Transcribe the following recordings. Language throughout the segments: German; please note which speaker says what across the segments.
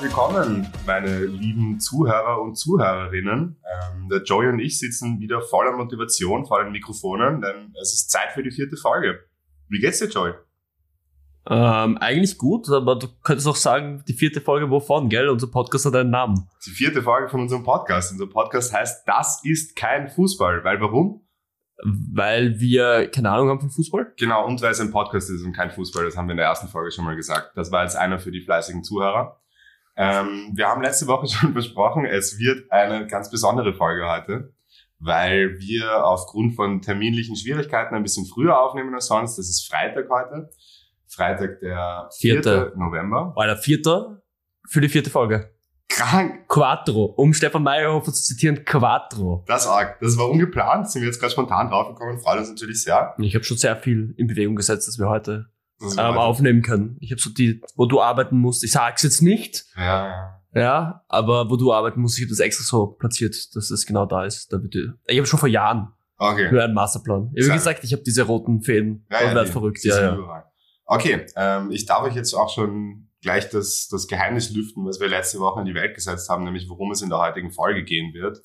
Speaker 1: Willkommen, meine lieben Zuhörer und Zuhörerinnen. Ähm, der Joey und ich sitzen wieder voller Motivation vor den Mikrofonen, denn es ist Zeit für die vierte Folge. Wie geht's dir, Joey?
Speaker 2: Ähm, eigentlich gut, aber du könntest auch sagen, die vierte Folge wovon, gell? Unser Podcast hat einen Namen.
Speaker 1: Die vierte Folge von unserem Podcast. Unser Podcast heißt Das ist kein Fußball. Weil warum?
Speaker 2: Weil wir keine Ahnung haben von Fußball.
Speaker 1: Genau, und weil es ein Podcast ist und kein Fußball. Das haben wir in der ersten Folge schon mal gesagt. Das war jetzt einer für die fleißigen Zuhörer. Ähm, wir haben letzte Woche schon besprochen, es wird eine ganz besondere Folge heute, weil wir aufgrund von terminlichen Schwierigkeiten ein bisschen früher aufnehmen als sonst. Das ist Freitag heute. Freitag, der 4.
Speaker 2: Vierte.
Speaker 1: November.
Speaker 2: War der vierte für die vierte Folge.
Speaker 1: Krank!
Speaker 2: Quattro. Um Stefan Meyerhofer zu zitieren, Quattro.
Speaker 1: Das arg. Das war ungeplant. Sind wir jetzt gerade spontan draufgekommen. Freut uns natürlich sehr.
Speaker 2: Ich habe schon sehr viel in Bewegung gesetzt, dass wir heute
Speaker 1: Das
Speaker 2: ähm, aufnehmen können. Ich habe so die, wo du arbeiten musst. Ich sag's jetzt nicht,
Speaker 1: ja, ja.
Speaker 2: ja, aber wo du arbeiten musst, ich habe das extra so platziert, dass es genau da ist. Damit du, ich habe schon vor Jahren
Speaker 1: Okay.
Speaker 2: Für einen Masterplan. Ich
Speaker 1: Sehr
Speaker 2: habe gesagt, ich habe diese roten Fäden.
Speaker 1: Ja, ja,
Speaker 2: und werd
Speaker 1: die-
Speaker 2: verrückt.
Speaker 1: die
Speaker 2: Ja,
Speaker 1: sind
Speaker 2: ja.
Speaker 1: überall. Okay, ähm, ich darf euch jetzt auch schon gleich das, das Geheimnis lüften, was wir letzte Woche in die Welt gesetzt haben, nämlich worum es in der heutigen Folge gehen wird.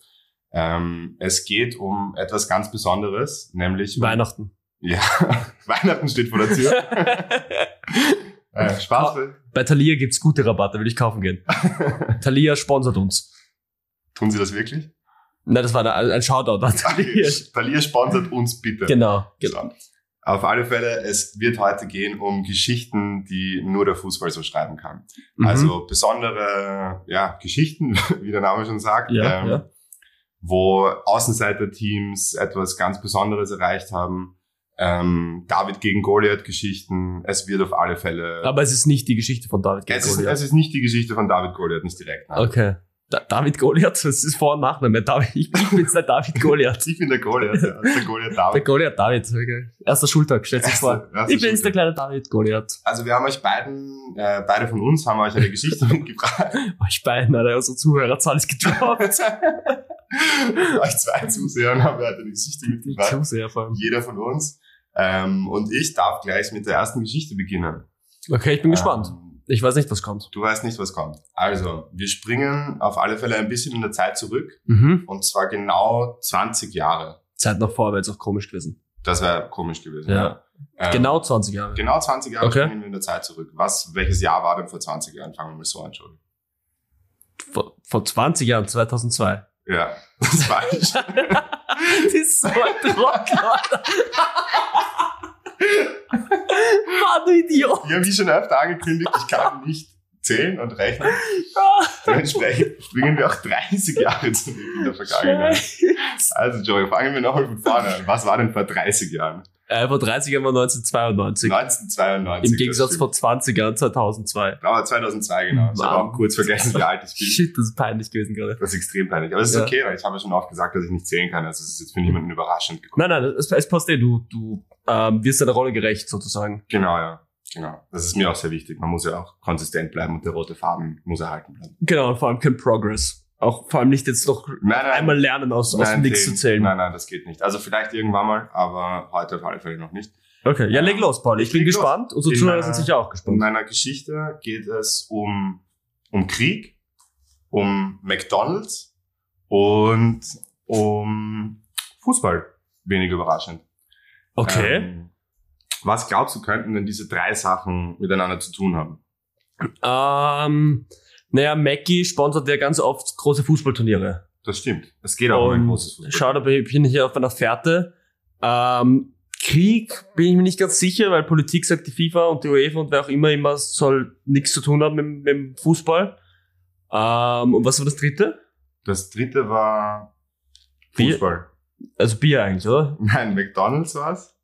Speaker 1: Ähm, es geht um etwas ganz Besonderes, nämlich um,
Speaker 2: Weihnachten.
Speaker 1: Ja, Weihnachten steht vor der Tür. äh, Spaß.
Speaker 2: Bei Thalia gibt's gute Rabatte, will ich kaufen gehen. Thalia sponsert uns.
Speaker 1: Tun Sie das wirklich?
Speaker 2: Na, das war da ein Shoutout an Thalia.
Speaker 1: Talier sponsert uns bitte.
Speaker 2: genau. genau.
Speaker 1: So. Auf alle Fälle, es wird heute gehen um Geschichten, die nur der Fußball so schreiben kann.
Speaker 2: Mhm.
Speaker 1: Also besondere ja, Geschichten, wie der Name schon sagt,
Speaker 2: Ja,
Speaker 1: ähm,
Speaker 2: ja.
Speaker 1: wo Außenseiterteams etwas ganz Besonderes erreicht haben. Ähm, David gegen Goliath-Geschichten. Es wird auf alle Fälle.
Speaker 2: aber es ist nicht die Geschichte von David gegen
Speaker 1: äh, es, ist,
Speaker 2: Goliath.
Speaker 1: es ist nicht die Geschichte von David Goliath, nicht direkt. nein.
Speaker 2: Okay. Da, David Goliath, das ist Vor- und Nachname. David, ich, ich bin's der David Goliath.
Speaker 1: Ich bin der Goliath, ja. der Goliath
Speaker 2: Der
Speaker 1: David.
Speaker 2: Goliath David. Okay. Erster Schultag, stellt sich vor.
Speaker 1: Erster- erster
Speaker 2: Ich bin's
Speaker 1: Schultag.
Speaker 2: der kleine David Goliath.
Speaker 1: Also wir haben euch beiden, äh, beide von uns haben euch eine Geschichte mitgebracht.
Speaker 2: Euch beiden, Alter, unsere Zuhörerzahl ist gedroppt.
Speaker 1: euch zwei Zusehern haben wir halt eine Geschichte
Speaker 2: Die
Speaker 1: mitgebracht.
Speaker 2: Zuseher vor allem.
Speaker 1: jeder von uns. Ähm, und ich darf gleich mit der ersten Geschichte beginnen.
Speaker 2: Okay, ich bin gespannt.
Speaker 1: Ähm,
Speaker 2: Ich weiß nicht, was kommt.
Speaker 1: du weißt nicht, was kommt. Also, wir springen auf alle Fälle ein bisschen in der Zeit zurück.
Speaker 2: Mhm.
Speaker 1: Und zwar genau 20 Jahre.
Speaker 2: Zeit nach vor wäre jetzt auch komisch gewesen.
Speaker 1: Das wäre komisch gewesen.
Speaker 2: Ja.
Speaker 1: Ähm,
Speaker 2: Genau 20 Jahre.
Speaker 1: Genau 20 Jahre
Speaker 2: Okay.
Speaker 1: springen wir in der Zeit zurück. Was, welches Jahr war denn vor 20 Jahren? Fangen wir mal so an, schon.
Speaker 2: Vor, vor 20 Jahren, 2002.
Speaker 1: Ja, das war ich.
Speaker 2: das ist so ein Rock, Alter. Mann, du Idiot.
Speaker 1: Ja, wie schon öfter angekündigt, ich kann nicht zählen und rechnen. Dementsprechend springen wir auch 30 Jahre zurück in der Vergangenheit.
Speaker 2: Scheiße.
Speaker 1: Also Joey, fangen wir nochmal von vorne an. Was war denn vor 30 Jahren?
Speaker 2: Äh, vor 30 Jahren war 1992.
Speaker 1: 1992.
Speaker 2: Im Gegensatz
Speaker 1: das
Speaker 2: vor 20 Jahren 2002.
Speaker 1: stimmt. Aber 2002, genau. Ich
Speaker 2: Mann.
Speaker 1: habe auch kurz vergessen, wie alt ich bin.
Speaker 2: Shit, das ist peinlich gewesen gerade.
Speaker 1: Das ist extrem peinlich. Aber es ist
Speaker 2: Ja.
Speaker 1: okay, weil ich habe ja schon oft gesagt, dass ich nicht zählen kann. Also es ist jetzt für niemanden überraschend gekommen.
Speaker 2: Nein, nein, es, es passt eh. Du, du ähm, wirst deiner Rolle gerecht, sozusagen.
Speaker 1: Genau, ja. Genau. Das ist mir auch sehr wichtig. Man muss ja auch konsistent bleiben und der rote Farben muss erhalten bleiben.
Speaker 2: Genau, und vor allem kein Progress. Auch vor allem nicht jetzt noch
Speaker 1: Nein, nein.
Speaker 2: einmal lernen, aus, aus
Speaker 1: Nein,
Speaker 2: nichts zu
Speaker 1: zählen.
Speaker 2: zählen.
Speaker 1: Nein, nein, das geht nicht. Also vielleicht irgendwann mal, aber heute auf alle Fälle noch nicht.
Speaker 2: Okay, ja, leg los, Paul. Ich,
Speaker 1: Ich
Speaker 2: bin äh,
Speaker 1: leg los.
Speaker 2: gespannt. Unsere
Speaker 1: In
Speaker 2: Zuhörer
Speaker 1: meiner-
Speaker 2: sind sicher auch
Speaker 1: In
Speaker 2: gespannt.
Speaker 1: meiner Geschichte geht es um, um Krieg, um McDonalds und um Fußball. Wenig überraschend.
Speaker 2: Okay.
Speaker 1: Ähm, was glaubst du, könnten denn diese drei Sachen miteinander zu tun haben?
Speaker 2: Ähm, naja, Mackie sponsert ja ganz oft große Fußballturniere.
Speaker 1: Das stimmt. Es geht auch um ein
Speaker 2: Und
Speaker 1: großes Fußball.
Speaker 2: schaut, aber ich bin hier auf einer Fährte. Ähm, Krieg bin ich mir nicht ganz sicher, weil Politik sagt, die FIFA und die UEFA und wer auch immer immer soll nichts zu tun haben mit, mit dem Fußball. Ähm, und was war das dritte?
Speaker 1: Das dritte war
Speaker 2: Bier?
Speaker 1: Fußball.
Speaker 2: Also Bier eigentlich, oder?
Speaker 1: Nein, McDonalds war's.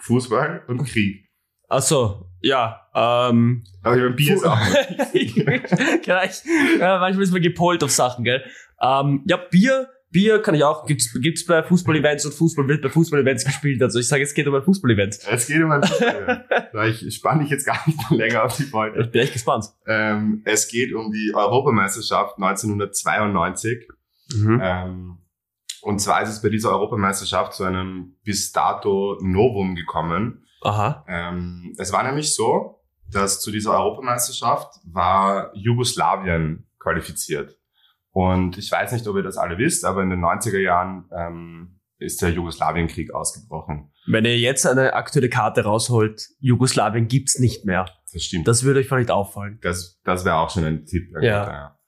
Speaker 1: Fußball und Krieg.
Speaker 2: Ach so, ja. Ähm,
Speaker 1: Aber ich mein Bier ist auch.
Speaker 2: Gleich. Ja, manchmal ist man gepolt auf Sachen, gell? Ähm, ja, Bier, Bier kann ich auch. Gibt's, gibt's bei Fußball-Events und Fußball wird bei Fußball-Events gespielt. Also ich sage, es geht um ein Fußball-Event.
Speaker 1: Es geht um ein Fußball. Da Ich spanne dich jetzt gar nicht länger auf die Beute.
Speaker 2: Ich bin echt gespannt.
Speaker 1: Ähm, es geht um die Europameisterschaft 1992.
Speaker 2: Mhm.
Speaker 1: Ähm, und zwar ist es bei dieser Europameisterschaft zu einem bis dato Novum gekommen.
Speaker 2: Aha.
Speaker 1: Ähm, es war nämlich so, dass zu dieser Europameisterschaft war Jugoslawien qualifiziert. Und ich weiß nicht, ob ihr das alle wisst, aber in den 90er Jahren ähm, ist der Jugoslawienkrieg ausgebrochen.
Speaker 2: Wenn ihr jetzt eine aktuelle Karte rausholt, Jugoslawien gibt's nicht mehr.
Speaker 1: Das stimmt.
Speaker 2: Das würde euch vielleicht auffallen.
Speaker 1: Das, das wäre auch schon ein Tipp. ein
Speaker 2: Ja.
Speaker 1: guter,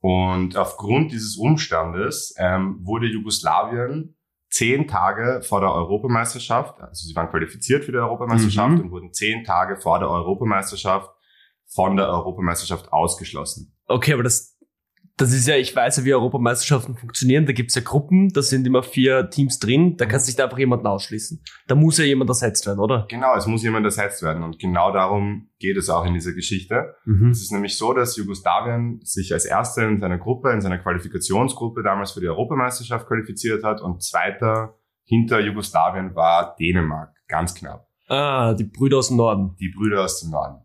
Speaker 1: Und aufgrund dieses Umstandes ähm, wurde Jugoslawien zehn Tage vor der Europameisterschaft, also sie waren qualifiziert für die Europameisterschaft
Speaker 2: Mhm.
Speaker 1: und wurden zehn Tage vor der Europameisterschaft von der Europameisterschaft ausgeschlossen.
Speaker 2: Okay, aber das, das ist ja, ich weiß ja, wie Europameisterschaften funktionieren. Da gibt's ja Gruppen, da sind immer vier Teams drin, da kannst du nicht einfach jemanden ausschließen. Da muss ja jemand ersetzt werden, oder?
Speaker 1: Genau, es muss jemand ersetzt werden und genau darum geht es auch in dieser Geschichte.
Speaker 2: Mhm.
Speaker 1: Es ist nämlich so, dass Jugoslawien sich als Erster in seiner Gruppe, in seiner Qualifikationsgruppe damals für die Europameisterschaft qualifiziert hat und Zweiter hinter Jugoslawien war Dänemark, ganz knapp.
Speaker 2: Ah, die Brüder aus dem Norden.
Speaker 1: Die Brüder aus dem Norden.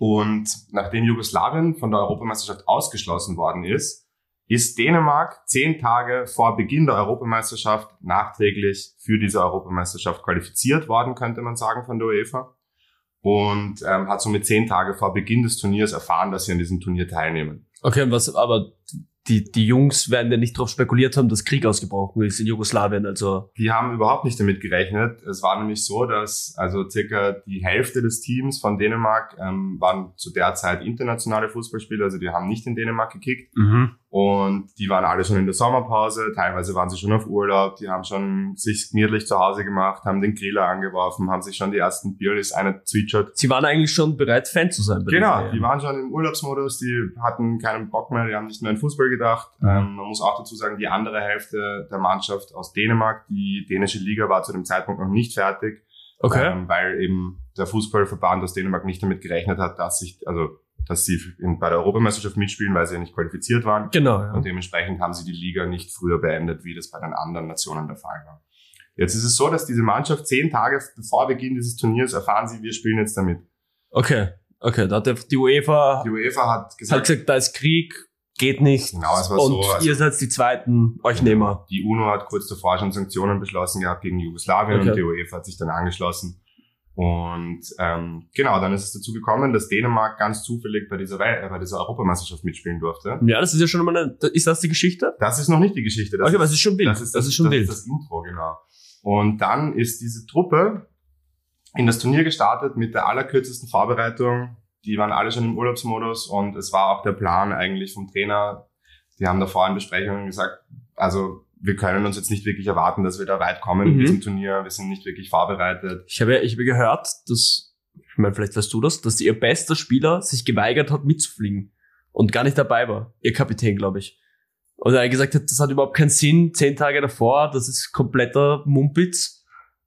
Speaker 1: Und nachdem Jugoslawien von der Europameisterschaft ausgeschlossen worden ist, ist Dänemark zehn Tage vor Beginn der Europameisterschaft nachträglich für diese Europameisterschaft qualifiziert worden, könnte man sagen, von der UEFA. Und ähm, hat somit zehn Tage vor Beginn des Turniers erfahren, dass sie an diesem Turnier teilnehmen.
Speaker 2: Okay, und was, aber die, die Jungs werden ja nicht darauf spekuliert haben, dass Krieg ausgebrochen ist in Jugoslawien. Also,
Speaker 1: Die haben überhaupt nicht damit gerechnet. Es war nämlich so, dass also circa die Hälfte des Teams von Dänemark ähm, waren zu der Zeit internationale Fußballspieler, also die haben nicht in Dänemark gekickt und die waren alle schon in der Sommerpause, teilweise waren sie schon auf Urlaub, die haben schon sich gemütlich zu Hause gemacht, haben den Griller angeworfen, haben sich schon die ersten Bierlis eine zwitschert.
Speaker 2: sie waren eigentlich schon bereit, Fan zu sein. bei
Speaker 1: Genau,
Speaker 2: dieser
Speaker 1: die
Speaker 2: EM.
Speaker 1: waren schon im Urlaubsmodus, die hatten keinen Bock mehr, die haben nicht mehr an Fußball gedacht.
Speaker 2: Mhm.
Speaker 1: Ähm, man muss auch dazu sagen, die andere Hälfte der Mannschaft aus Dänemark, die dänische Liga war zu dem Zeitpunkt noch nicht fertig,
Speaker 2: Okay.
Speaker 1: ähm, weil eben der Fußballverband aus Dänemark nicht damit gerechnet hat, dass sich, also dass sie in, bei der Europameisterschaft mitspielen, weil sie ja nicht qualifiziert waren.
Speaker 2: Genau, ja.
Speaker 1: Und dementsprechend haben sie die Liga nicht früher beendet, wie das bei den anderen Nationen der Fall war. Jetzt ist es so, dass diese Mannschaft zehn Tage vor Beginn dieses Turniers erfahren sie, wir spielen jetzt damit.
Speaker 2: Okay, okay, da hat einfach die UEFA
Speaker 1: Die UEFA hat gesagt,
Speaker 2: hat gesagt, da ist Krieg, geht nicht.
Speaker 1: Genau, es war
Speaker 2: Und
Speaker 1: so, also- Mhm.
Speaker 2: ihr seid die Zweiten, euch nehmen wir.
Speaker 1: Die UNO hat kurz davor schon Sanktionen beschlossen gehabt gegen Jugoslawien
Speaker 2: Okay.
Speaker 1: und die UEFA hat sich dann angeschlossen. Und ähm, genau, dann ist es dazu gekommen, dass Dänemark ganz zufällig bei dieser, Wel äh, bei dieser Europameisterschafft mitspielen durfte.
Speaker 2: Ja, das ist ja schon mal eine, ist das die Geschichte?
Speaker 1: Das ist noch nicht die Geschichte. Das
Speaker 2: okay, aber
Speaker 1: ist,
Speaker 2: es ist schon wild.
Speaker 1: das ist, das,
Speaker 2: schon
Speaker 1: das,
Speaker 2: wild.
Speaker 1: das Intro, genau. Und dann ist diese Truppe in das Turnier gestartet mit der allerkürzesten Vorbereitung. Die waren alle schon im Urlaubsmodus und es war auch der Plan eigentlich vom Trainer. Die haben davor in Besprechungen gesagt, also wir können uns jetzt nicht wirklich erwarten, dass wir da weit kommen in
Speaker 2: Mhm.
Speaker 1: diesem Turnier. Wir sind nicht wirklich vorbereitet.
Speaker 2: ich habe ja- ich habe ja gehört, dass, ich meine, vielleicht weißt du das, dass ihr bester Spieler sich geweigert hat mitzufliegen und gar nicht dabei war. Ihr Kapitän, glaube ich. Und er gesagt hat, das hat überhaupt keinen Sinn, zehn Tage davor, das ist kompletter Mumpitz.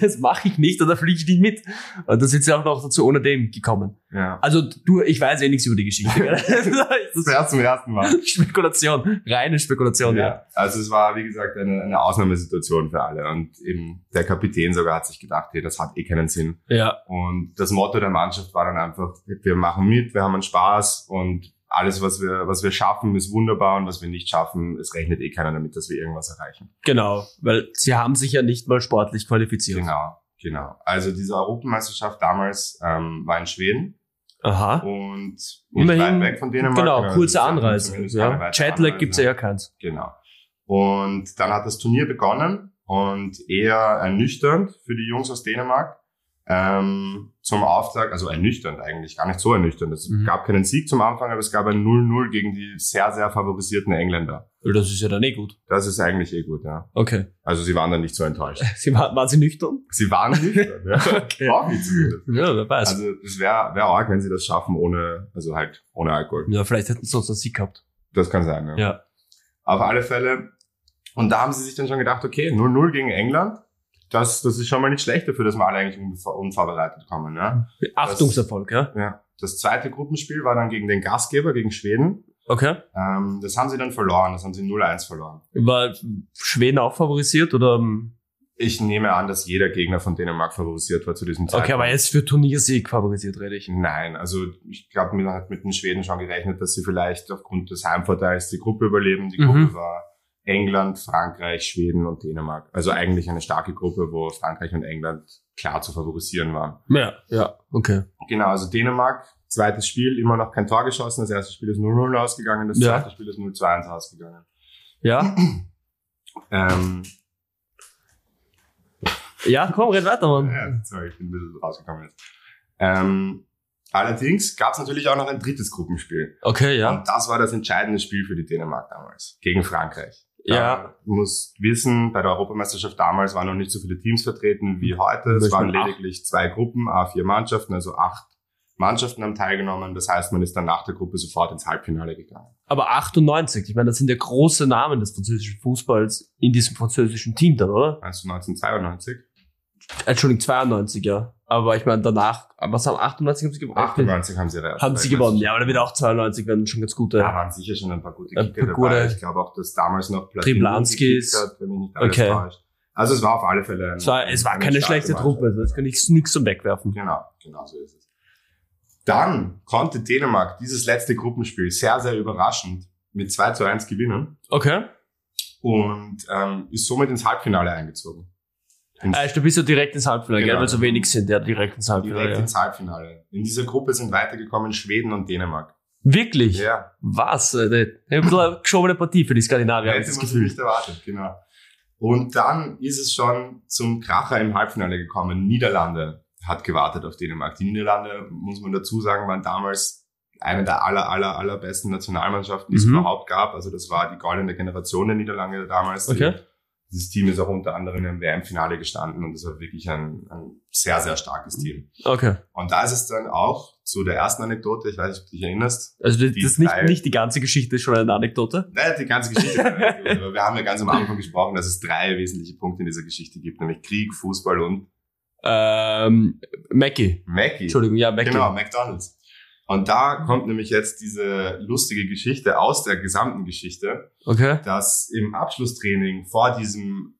Speaker 2: Das mache ich nicht und da fliege ich nicht mit. Und da sind sie auch noch dazu ohne dem gekommen.
Speaker 1: Ja.
Speaker 2: Also du, ich weiß eh nichts über die Geschichte. gell?
Speaker 1: Das
Speaker 2: das
Speaker 1: wäre zum ersten Mal.
Speaker 2: ist Spekulation, reine Spekulation. Ja.
Speaker 1: Ja. Also es war, wie gesagt, eine, eine Ausnahmesituation für alle. Und eben der Kapitän sogar hat sich gedacht, hey, das hat eh keinen Sinn.
Speaker 2: ja.
Speaker 1: Und das Motto der Mannschaft war dann einfach, wir machen mit, wir haben einen Spaß und alles, was wir, was wir schaffen, ist wunderbar und was wir nicht schaffen, es rechnet eh keiner damit, dass wir irgendwas erreichen.
Speaker 2: genau, weil sie haben sich ja nicht mal sportlich qualifiziert.
Speaker 1: Genau, genau. Also diese Europameisterschaft damals ähm, war in Schweden
Speaker 2: Aha.
Speaker 1: und nicht
Speaker 2: Immerhin,
Speaker 1: weit weg von Dänemark.
Speaker 2: genau, kurze
Speaker 1: das war
Speaker 2: Anreise.
Speaker 1: zumindest keine
Speaker 2: Ja.
Speaker 1: weitere
Speaker 2: Jetlag gibt's ja
Speaker 1: Anreise.
Speaker 2: ja keins.
Speaker 1: Genau. Und dann hat das Turnier begonnen und eher ernüchternd für die Jungs aus Dänemark. Ähm, zum Auftakt, also ernüchternd eigentlich, gar nicht so ernüchternd. Es
Speaker 2: Mhm.
Speaker 1: gab keinen Sieg zum Anfang, aber es gab ein 0-0 gegen die sehr, sehr favorisierten Engländer.
Speaker 2: Das ist ja dann eh gut.
Speaker 1: Das ist eigentlich eh gut, ja.
Speaker 2: Okay.
Speaker 1: Also sie waren dann nicht so enttäuscht.
Speaker 2: Sie waren, waren sie nüchtern?
Speaker 1: Sie waren nüchtern, ja.
Speaker 2: Okay.
Speaker 1: Waren die zumindest.
Speaker 2: Ja, wer weiß.
Speaker 1: Also es wäre wär arg, wenn sie das schaffen ohne, also halt ohne Alkohol.
Speaker 2: ja, vielleicht hätten sie sonst einen Sieg gehabt.
Speaker 1: Das kann sein, ja.
Speaker 2: Ja.
Speaker 1: Auf alle Fälle. Und da haben sie sich dann schon gedacht, okay, 0-0 gegen England, das, das ist schon mal nicht schlecht dafür, dass wir alle eigentlich unvor- unvorbereitet kommen. Ne?
Speaker 2: Achtungserfolg, ja?
Speaker 1: Ja. Das zweite Gruppenspiel war dann gegen den Gastgeber, gegen Schweden.
Speaker 2: Okay.
Speaker 1: Ähm, das haben sie dann verloren, das haben sie 0-1 verloren.
Speaker 2: War Schweden auch favorisiert oder? ähm,
Speaker 1: Ich nehme an, dass jeder Gegner von Dänemark favorisiert war zu diesem Zeitpunkt.
Speaker 2: Okay, aber jetzt für Turniersieg favorisiert, rede ich.
Speaker 1: Nein, also ich glaube, man hat mit den Schweden schon gerechnet, dass sie vielleicht aufgrund des Heimvorteils die Gruppe überleben. Die Gruppe
Speaker 2: Mhm.
Speaker 1: war England, Frankreich, Schweden und Dänemark. Also eigentlich eine starke Gruppe, wo Frankreich und England klar zu favorisieren waren.
Speaker 2: Ja, ja, okay.
Speaker 1: Genau, also Dänemark Zweites Spiel, immer noch kein Tor geschossen. Das erste Spiel ist 0-0 ausgegangen, das
Speaker 2: Ja.
Speaker 1: zweite Spiel ist 0-2-1 ausgegangen.
Speaker 2: Ja,
Speaker 1: Ähm,
Speaker 2: ja komm, red weiter, Mann.
Speaker 1: ja, sorry, ich bin ein bisschen rausgekommen jetzt. Ähm, allerdings gab es natürlich auch noch ein drittes Gruppenspiel.
Speaker 2: Okay, ja.
Speaker 1: Und das war das entscheidende Spiel für die Dänemark damals, gegen Frankreich. Da
Speaker 2: Ja,
Speaker 1: muss wissen, bei der Europameisterschaft damals waren noch nicht so viele Teams vertreten wie heute.
Speaker 2: Das
Speaker 1: Es waren
Speaker 2: waren acht.
Speaker 1: lediglich zwei Gruppen, A4 Mannschaften, also acht Mannschaften haben teilgenommen. Das heißt, man ist dann nach der Gruppe sofort ins Halbfinale gegangen.
Speaker 2: aber 98, ich meine, das sind ja große Namen des französischen Fußballs in diesem französischen Team dann, oder?
Speaker 1: Also 1992,
Speaker 2: Entschuldigung, 92, ja. Aber ich meine, danach, was haben 98 haben sie gewonnen?
Speaker 1: 98 haben sie ihre erste
Speaker 2: Haben sie gewonnen, ja, aber dann wird auch 92 werden schon ganz gute.
Speaker 1: Da waren sicher schon ein paar gute
Speaker 2: Ein
Speaker 1: Kicker
Speaker 2: paar gute-
Speaker 1: dabei. Ich glaube auch, dass damals noch Platini
Speaker 2: Triplanskis.
Speaker 1: gekickt hat, wenn mich nicht alles
Speaker 2: Okay.
Speaker 1: täuscht. Also es war auf alle Fälle ein,
Speaker 2: Es war, es war
Speaker 1: eine
Speaker 2: keine
Speaker 1: starke
Speaker 2: schlechte
Speaker 1: Mannschaft.
Speaker 2: Truppe, also das kann ich nix zum Wegwerfen.
Speaker 1: Genau, genau so ist es. Dann konnte Dänemark dieses letzte Gruppenspiel sehr, sehr überraschend mit 2 zu 1 gewinnen
Speaker 2: Okay.
Speaker 1: und ähm, ist somit ins Halbfinale eingezogen. Ins,
Speaker 2: Also, du bist ja direkt ins Halbfinale,
Speaker 1: Genau.
Speaker 2: gell? Weil so wenig sind, ja, direkt ins Halbfinale.
Speaker 1: direkt
Speaker 2: ja.
Speaker 1: ins Halbfinale. In dieser Gruppe sind weitergekommen Schweden und Dänemark.
Speaker 2: Wirklich?
Speaker 1: Ja,
Speaker 2: Was? Äh, Alter? Ich hab ein bisschen eine geschobene Partie für die Skandinavier, hab ich
Speaker 1: hätte
Speaker 2: das
Speaker 1: man sich
Speaker 2: Gefühl.
Speaker 1: nicht erwartet, genau. Und dann ist es schon zum Kracher im Halbfinale gekommen. Niederlande hat gewartet auf Dänemark. Die Niederlande, muss man dazu sagen, waren damals eine der aller, aller, allerbesten Nationalmannschaften, die es
Speaker 2: Mhm.
Speaker 1: überhaupt gab. Also das war die goldene Generation der Niederlande damals. Die-
Speaker 2: Okay.
Speaker 1: Dieses Team ist auch unter anderem im WM-Finale gestanden und das war wirklich ein, ein sehr, sehr starkes Team.
Speaker 2: Okay.
Speaker 1: Und da ist es dann auch zu der ersten Anekdote, ich weiß nicht, ob du dich erinnerst.
Speaker 2: Also, das
Speaker 1: Die
Speaker 2: das ist nicht,
Speaker 1: drei-
Speaker 2: nicht die ganze Geschichte, ist schon eine Anekdote.
Speaker 1: Naja, die ganze Geschichte. ist eine Anekdote, aber wir haben ja ganz am Anfang gesprochen, dass es drei wesentliche Punkte in dieser Geschichte gibt, nämlich Krieg, Fußball und
Speaker 2: Ähm, Mackie.
Speaker 1: Mackie.
Speaker 2: Entschuldigung, ja, Mackie.
Speaker 1: Genau, McDonalds. Und da kommt nämlich jetzt diese lustige Geschichte aus der gesamten Geschichte.
Speaker 2: Okay.
Speaker 1: dass im Abschlusstraining vor diesem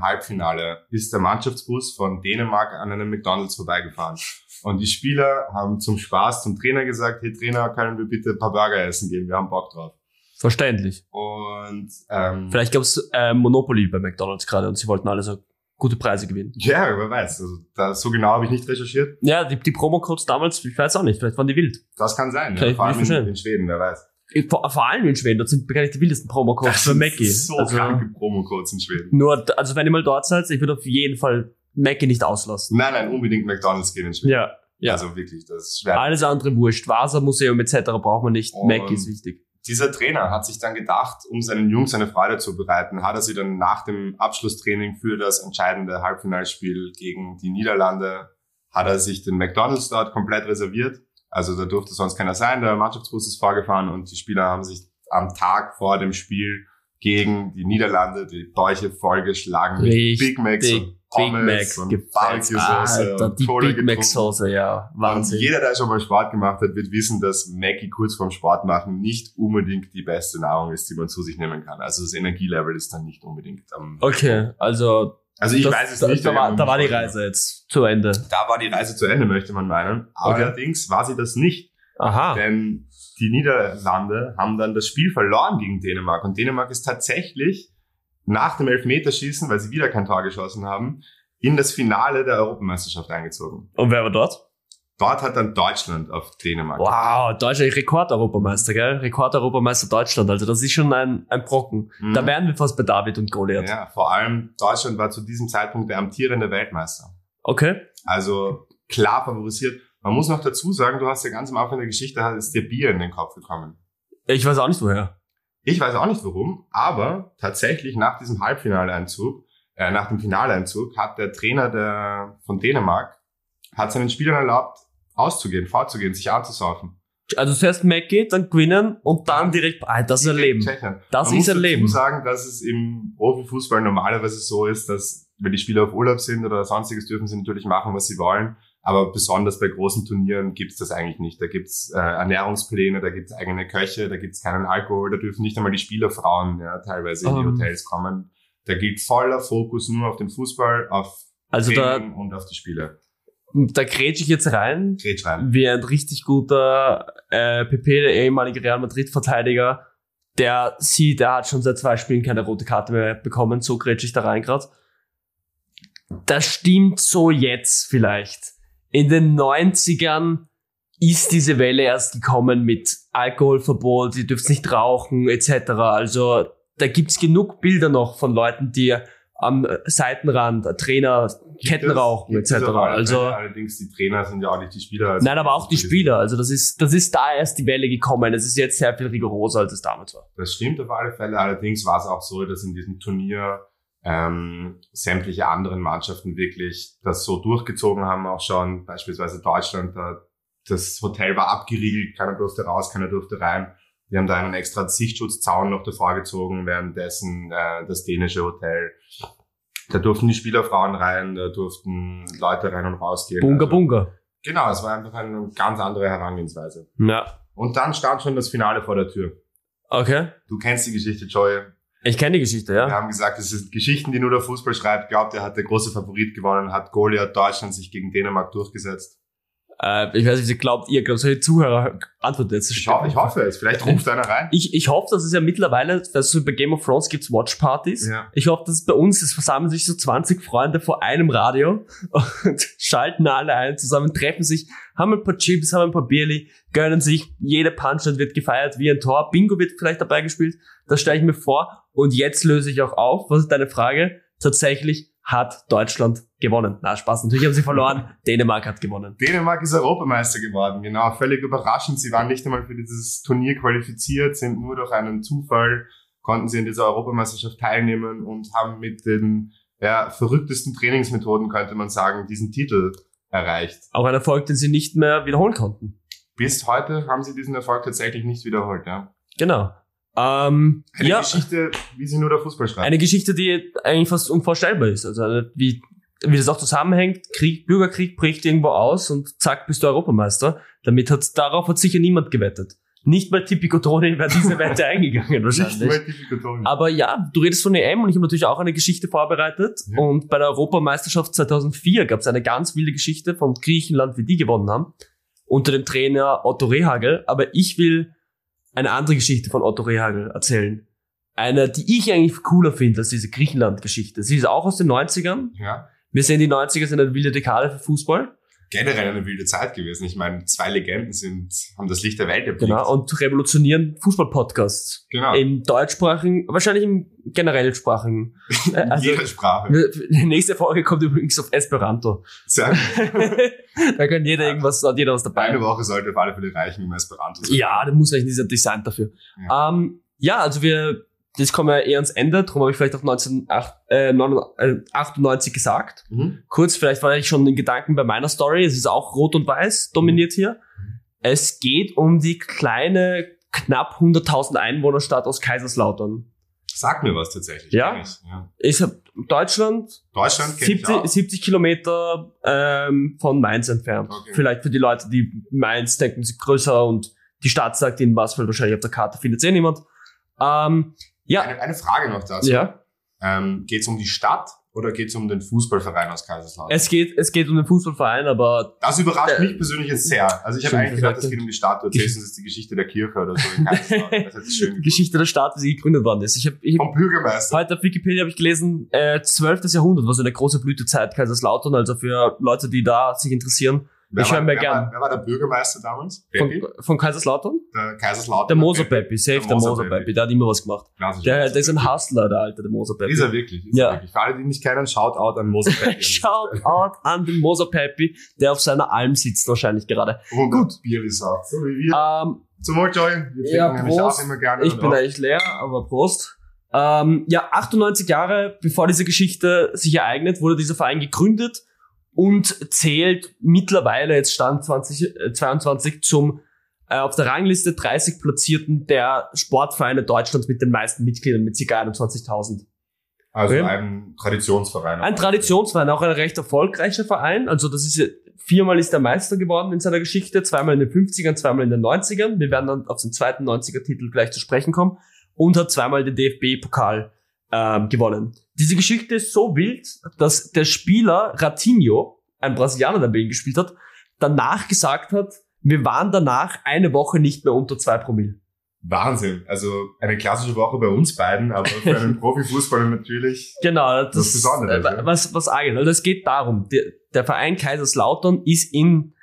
Speaker 1: EM-Halbfinale ist der Mannschaftsbus von Dänemark an einem McDonalds vorbeigefahren. Und die Spieler haben zum Spaß zum Trainer gesagt, hey Trainer, können wir bitte ein paar Burger essen gehen, wir haben Bock drauf.
Speaker 2: Verständlich.
Speaker 1: Und ähm,
Speaker 2: Vielleicht gab's äh, Monopoly bei McDonalds gerade und sie wollten alle so gute Preise gewinnen.
Speaker 1: ja, wer weiß, also, da, so genau habe ich nicht recherchiert.
Speaker 2: Ja, die, die Promo-Codes damals, ich weiß auch nicht, vielleicht waren die wild.
Speaker 1: Das kann sein, ja,
Speaker 2: Vielleicht
Speaker 1: vor
Speaker 2: bin
Speaker 1: allem
Speaker 2: ich
Speaker 1: in,
Speaker 2: verstanden.
Speaker 1: in Schweden, wer weiß.
Speaker 2: Vor, vor allem in Schweden, dort sind bekanntlich die wildesten Promo-Codes für
Speaker 1: sind
Speaker 2: Mackie.
Speaker 1: so
Speaker 2: also,
Speaker 1: kranke Promo-Codes in Schweden.
Speaker 2: nur, d- also wenn ihr mal dort seid, ich würde auf jeden Fall Mackie nicht auslassen.
Speaker 1: Nein, nein, unbedingt McDonalds gehen in Schweden.
Speaker 2: Ja. ja.
Speaker 1: Also wirklich, das ist schwer.
Speaker 2: Alles andere wurscht. Vasa Museum etc. braucht man nicht.
Speaker 1: Und-
Speaker 2: Mackie ist wichtig.
Speaker 1: dieser Trainer hat sich dann gedacht, um seinen Jungs eine Freude zu bereiten, hat er sie dann nach dem Abschlusstraining für das entscheidende Halbfinalspiel gegen die Niederlande, hat er sich den McDonalds dort komplett reserviert. Also da durfte sonst keiner sein, der Mannschaftsbus ist vorgefahren und die Spieler haben sich am Tag vor dem Spiel gegen die Niederlande die Bäuche vollgeschlagen mit
Speaker 2: Richtig.
Speaker 1: Big Macs und
Speaker 2: Big
Speaker 1: Pommes
Speaker 2: Mac
Speaker 1: und
Speaker 2: gefällt.
Speaker 1: Barbecue-Soße
Speaker 2: Alter,
Speaker 1: und
Speaker 2: die
Speaker 1: Cola
Speaker 2: Big Mac
Speaker 1: getrunken.
Speaker 2: Soße, ja.
Speaker 1: Und
Speaker 2: Wahnsinn.
Speaker 1: jeder, der schon mal Sport gemacht hat, wird wissen, dass Maggie kurz vorm Sport machen nicht unbedingt die beste Nahrung ist, die man zu sich nehmen kann. Also das Energielevel ist dann nicht unbedingt am.
Speaker 2: Okay, also
Speaker 1: Also ich
Speaker 2: das-
Speaker 1: weiß es
Speaker 2: da,
Speaker 1: nicht.
Speaker 2: Da war,
Speaker 1: aber-
Speaker 2: da war die Reise jetzt zu Ende.
Speaker 1: Da war die Reise zu Ende, möchte man meinen.
Speaker 2: Okay. Ah.
Speaker 1: Allerdings war sie das nicht,
Speaker 2: Aha.
Speaker 1: denn die Niederlande haben dann das Spiel verloren gegen Dänemark und Dänemark ist tatsächlich nach dem Elfmeterschießen, weil sie wieder kein Tor geschossen haben, in das Finale der Europameisterschaft eingezogen.
Speaker 2: Und wer war dort?
Speaker 1: Dort hat dann Deutschland auf Dänemark
Speaker 2: Wow, Deutschland Rekord-Europameister, gell? Rekord-Europameister Deutschland. Also das ist schon ein, ein Brocken.
Speaker 1: Mhm.
Speaker 2: Da wären wir fast bei David und Goliath.
Speaker 1: Ja, vor allem Deutschland war zu diesem Zeitpunkt der amtierende Weltmeister.
Speaker 2: Okay.
Speaker 1: Also klar favorisiert. Man muss noch dazu sagen, du hast ja ganz am Anfang der Geschichte, hat es dir Bier in den Kopf gekommen.
Speaker 2: Ich weiß auch nicht woher.
Speaker 1: Ich weiß auch nicht warum, aber tatsächlich nach diesem Halbfinaleinzug, äh, nach dem Finaleinzug, hat der Trainer der, von Dänemark, hat seinen Spielern erlaubt, auszugehen, vorzugehen, sich anzusaufen.
Speaker 2: Also zuerst Mackie, dann gewinnen und dann direkt. Ah, das ist ein Leben.
Speaker 1: Tschechien.
Speaker 2: Das
Speaker 1: Man
Speaker 2: ist ein
Speaker 1: muss dazu
Speaker 2: Leben.
Speaker 1: sagen, dass es im Profifußball normalerweise so ist, dass wenn die Spieler auf Urlaub sind oder sonstiges, dürfen sie natürlich machen, was sie wollen. Aber besonders bei großen Turnieren gibt's das eigentlich nicht. Da gibt's äh, Ernährungspläne, da gibt's eigene Köche, da gibt's keinen Alkohol, da dürfen nicht einmal die Spielerfrauen ja, teilweise in die
Speaker 2: Ähm.
Speaker 1: Hotels kommen. Da gilt voller Fokus nur auf den Fußball, auf
Speaker 2: Also da,
Speaker 1: Training und auf die Spieler.
Speaker 2: da grätsch ich jetzt rein,
Speaker 1: Gretsch rein.
Speaker 2: wie ein richtig guter äh, PP, der ehemalige Real Madrid-Verteidiger. Der sieht, der hat schon seit zwei Spielen keine rote Karte mehr bekommen. So grätsch ich da rein grad. Das stimmt so jetzt vielleicht. In den 90ern ist diese Welle erst gekommen mit Alkoholverbot, ihr dürft nicht rauchen etc. Also da gibt's genug Bilder noch von Leuten, die am Seitenrand äh, Trainer Ketten rauchen etc.
Speaker 1: Also,
Speaker 2: Also
Speaker 1: allerdings, die Trainer sind ja auch nicht die Spieler. Also
Speaker 2: nein, aber auch die
Speaker 1: das-
Speaker 2: Spieler. Also das ist das ist da erst die Welle gekommen. Es ist jetzt sehr viel rigoroser als es damals war.
Speaker 1: Das stimmt auf alle Fälle. Allerdings war es auch so, dass in diesem Turnier ähm, sämtliche anderen Mannschaften wirklich das so durchgezogen haben, auch schon beispielsweise Deutschland. Da, das Hotel war abgeriegelt, keiner durfte raus, keiner durfte rein. Wir haben da einen extra Sichtschutzzaun noch davor gezogen, währenddessen äh, das dänische Hotel. Da durften die Spielerfrauen rein, da durften Leute rein und rausgehen.
Speaker 2: Bunga
Speaker 1: Also,
Speaker 2: Bunga.
Speaker 1: Genau, es war einfach eine ganz andere Herangehensweise.
Speaker 2: Ja.
Speaker 1: Und dann stand schon das Finale vor der Tür.
Speaker 2: Okay.
Speaker 1: Du kennst die Geschichte, Joy.
Speaker 2: Ich kenne die Geschichte,
Speaker 1: Wir
Speaker 2: ja.
Speaker 1: haben gesagt, es sind Geschichten, die nur der Fußball schreibt. Glaubt, er hat der große Favorit gewonnen, hat Goliath Deutschland sich gegen Dänemark durchgesetzt.
Speaker 2: Äh, ich weiß nicht, ihr glaubt, ihr glaubt, solche Zuhörer antworten jetzt.
Speaker 1: Ich, ho ich hoffe es. Vielleicht ruft einer rein.
Speaker 2: Ich, ich hoffe, dass es ja mittlerweile, dass so bei Game of Thrones gibt's Watchpartys.
Speaker 1: Ja.
Speaker 2: Ich hoffe, dass bei uns, es versammeln sich so 20 Freunde vor einem Radio und schalten alle ein zusammen, treffen sich, haben ein paar Chips, haben ein paar Bierli, gönnen sich, jede Punchline wird gefeiert wie ein Tor, Bingo wird vielleicht dabei gespielt, das stelle ich mir vor und jetzt löse ich auch auf, was ist deine Frage? Tatsächlich hat Deutschland gewonnen. Na, Spaß, natürlich haben sie verloren, Dänemark hat gewonnen.
Speaker 1: Dänemark ist Europameister geworden, genau. Völlig überraschend. Sie waren nicht einmal für dieses Turnier qualifiziert, sind nur durch einen Zufall, konnten sie in dieser Europameisterschaft teilnehmen und haben mit den ja, verrücktesten Trainingsmethoden, könnte man sagen, diesen Titel erreicht.
Speaker 2: Auch ein Erfolg, den sie nicht mehr wiederholen konnten.
Speaker 1: Bis heute haben sie diesen Erfolg tatsächlich nicht wiederholt. Ja.
Speaker 2: Genau. Ähm,
Speaker 1: Eine
Speaker 2: ja,
Speaker 1: Geschichte, wie sie nur der Fußball schreibt.
Speaker 2: eine Geschichte, die eigentlich fast unvorstellbar ist. Also eine- wie, wie das auch zusammenhängt, Krieg, Bürgerkrieg bricht irgendwo aus und zack, bist du Europameister. Damit hat darauf hat sicher niemand gewettet. Nicht mal Tipico Toni wäre diese Wette eingegangen
Speaker 1: Nicht
Speaker 2: wahrscheinlich.
Speaker 1: mal Difficultoren.
Speaker 2: Mhm. Aber ja, du redest von EM und ich habe natürlich auch eine Geschichte vorbereitet.
Speaker 1: Ja.
Speaker 2: Und bei der Europameisterschaft 2004 gab es eine ganz wilde Geschichte von Griechenland, wie die gewonnen haben, unter dem Trainer Otto Rehagel. Aber ich will eine andere Geschichte von Otto Rehagel erzählen. Eine, die ich eigentlich cooler finde als diese Griechenland-Geschichte. Sie ist auch aus den 90ern.
Speaker 1: Ja.
Speaker 2: Wir sehen, die 90er sind eine wilde Dekade für Fußball.
Speaker 1: generell eine wilde Zeit gewesen. Ich meine, zwei Legenden sind, haben das Licht der Welt erblickt.
Speaker 2: Genau. Und revolutionieren Fußball-Podcasts.
Speaker 1: genau. In
Speaker 2: Im deutschsprachigen, wahrscheinlich im generell sprachigen. Äh, also-
Speaker 1: jeder Sprache.
Speaker 2: Wir- Die nächste Folge kommt übrigens auf Esperanto.
Speaker 1: Sehr gut.
Speaker 2: da kann jeder irgendwas, hat jeder was dabei.
Speaker 1: Eine Woche sollte auf alle Fälle reichen, um Esperanto zu
Speaker 2: Ja, da muss eigentlich dieser Design dafür. Ja, ähm, ja also wir, das kommen wir eher ans Ende, darum habe ich vielleicht auf äh, 1998 gesagt.
Speaker 1: Mhm.
Speaker 2: Kurz, vielleicht war ich schon in Gedanken bei meiner Story, es ist auch rot und weiß dominiert hier. Es geht um die kleine, knapp 100.000 Einwohnerstadt aus Kaiserslautern.
Speaker 1: Sag mir was tatsächlich.
Speaker 2: Ja?
Speaker 1: Kenn Ich. ja.
Speaker 2: Ist Deutschland,
Speaker 1: Deutschland kennt ich
Speaker 2: 70,
Speaker 1: auch.
Speaker 2: 70 Kilometer ähm, von Mainz entfernt.
Speaker 1: Okay.
Speaker 2: Vielleicht für die Leute, die Mainz denken, sie größer und die Stadt sagt ihnen was, weil wahrscheinlich auf der Karte findet eh niemand. Ähm, ja,
Speaker 1: Eine, eine Frage noch dazu.
Speaker 2: ja.
Speaker 1: Ähm, geht es um die Stadt oder geht es um den Fußballverein aus Kaiserslautern?
Speaker 2: Es geht, es geht um den Fußballverein, aber
Speaker 1: das überrascht
Speaker 2: Äh,
Speaker 1: mich persönlich jetzt sehr. Also ich habe
Speaker 2: schön
Speaker 1: eigentlich gedacht,
Speaker 2: gesagt,
Speaker 1: es geht um die Stadt. Du erzählst uns jetzt die Geschichte der Kirche oder so in Kaiserslautern. Das hätte ich schön
Speaker 2: die
Speaker 1: gefunden.
Speaker 2: Geschichte der Stadt, wie sie gegründet worden ist. Ich hab, ich hab,
Speaker 1: Vom Bürgermeister.
Speaker 2: heute auf Wikipedia habe ich gelesen, äh, 12. Jahrhundert war so eine große Blütezeit Kaiserslautern, also für Leute, die da sich interessieren.
Speaker 1: Wer
Speaker 2: Ich
Speaker 1: war-
Speaker 2: höre mir
Speaker 1: wer
Speaker 2: gern.
Speaker 1: War, wer war der Bürgermeister damals?
Speaker 2: Von,
Speaker 1: Peppi?
Speaker 2: von Kaiserslautern?
Speaker 1: Der Äh, Kaiserslautern.
Speaker 2: Der Moser Peppi, safe
Speaker 1: Der
Speaker 2: der
Speaker 1: Moser
Speaker 2: Moser
Speaker 1: Peppi.
Speaker 2: Peppi, der hat immer was gemacht. Der, der ist ein Hustler, der alte, der Moser Peppi.
Speaker 1: Ist er wirklich? Ist
Speaker 2: Ja.
Speaker 1: er wirklich. Für alle, die ihn nicht kennen, Shoutout an Moses Patty.
Speaker 2: Shout out an den Moser Peppi, der auf seiner Alm sitzt wahrscheinlich gerade.
Speaker 1: Und gut. Bier ist auch. So wie wir.
Speaker 2: Ähm,
Speaker 1: Zum Wohl, Joy. Wir trinken
Speaker 2: Ja,
Speaker 1: nämlich
Speaker 2: Prost.
Speaker 1: auch immer gerne.
Speaker 2: ich
Speaker 1: und
Speaker 2: bin
Speaker 1: auch.
Speaker 2: eigentlich leer, aber Prost. Ähm, ja, 98 Jahre bevor diese Geschichte sich ereignet, wurde dieser Verein gegründet und zählt mittlerweile, jetzt Stand 2022, zum äh, auf der Rangliste 30 Platzierten der Sportvereine Deutschlands mit den meisten Mitgliedern, mit ca. 21.000.
Speaker 1: Also
Speaker 2: Okay.
Speaker 1: ein Traditionsverein.
Speaker 2: Ein Traditionsverein, auch ein recht erfolgreicher Verein. Also das ist viermal ist er Meister geworden in seiner Geschichte, zweimal in den 50ern, zweimal in den 90ern. Wir werden dann auf den zweiten 90er-Titel gleich zu sprechen kommen und hat zweimal den DFB-Pokal ähm, gewonnen. Diese Geschichte ist so wild, dass der Spieler Ratinho, ein Brasilianer, der bei ihm gespielt hat, danach gesagt hat, wir waren danach eine Woche nicht mehr unter zwei Promille.
Speaker 1: Wahnsinn. Also eine klassische Woche bei uns beiden, aber für einen Profifußballer natürlich.
Speaker 2: Genau, das,
Speaker 1: Was Besonderes,
Speaker 2: äh,
Speaker 1: ja.
Speaker 2: was was Arges. Also es geht darum, der, der Verein Kaiserslautern ist in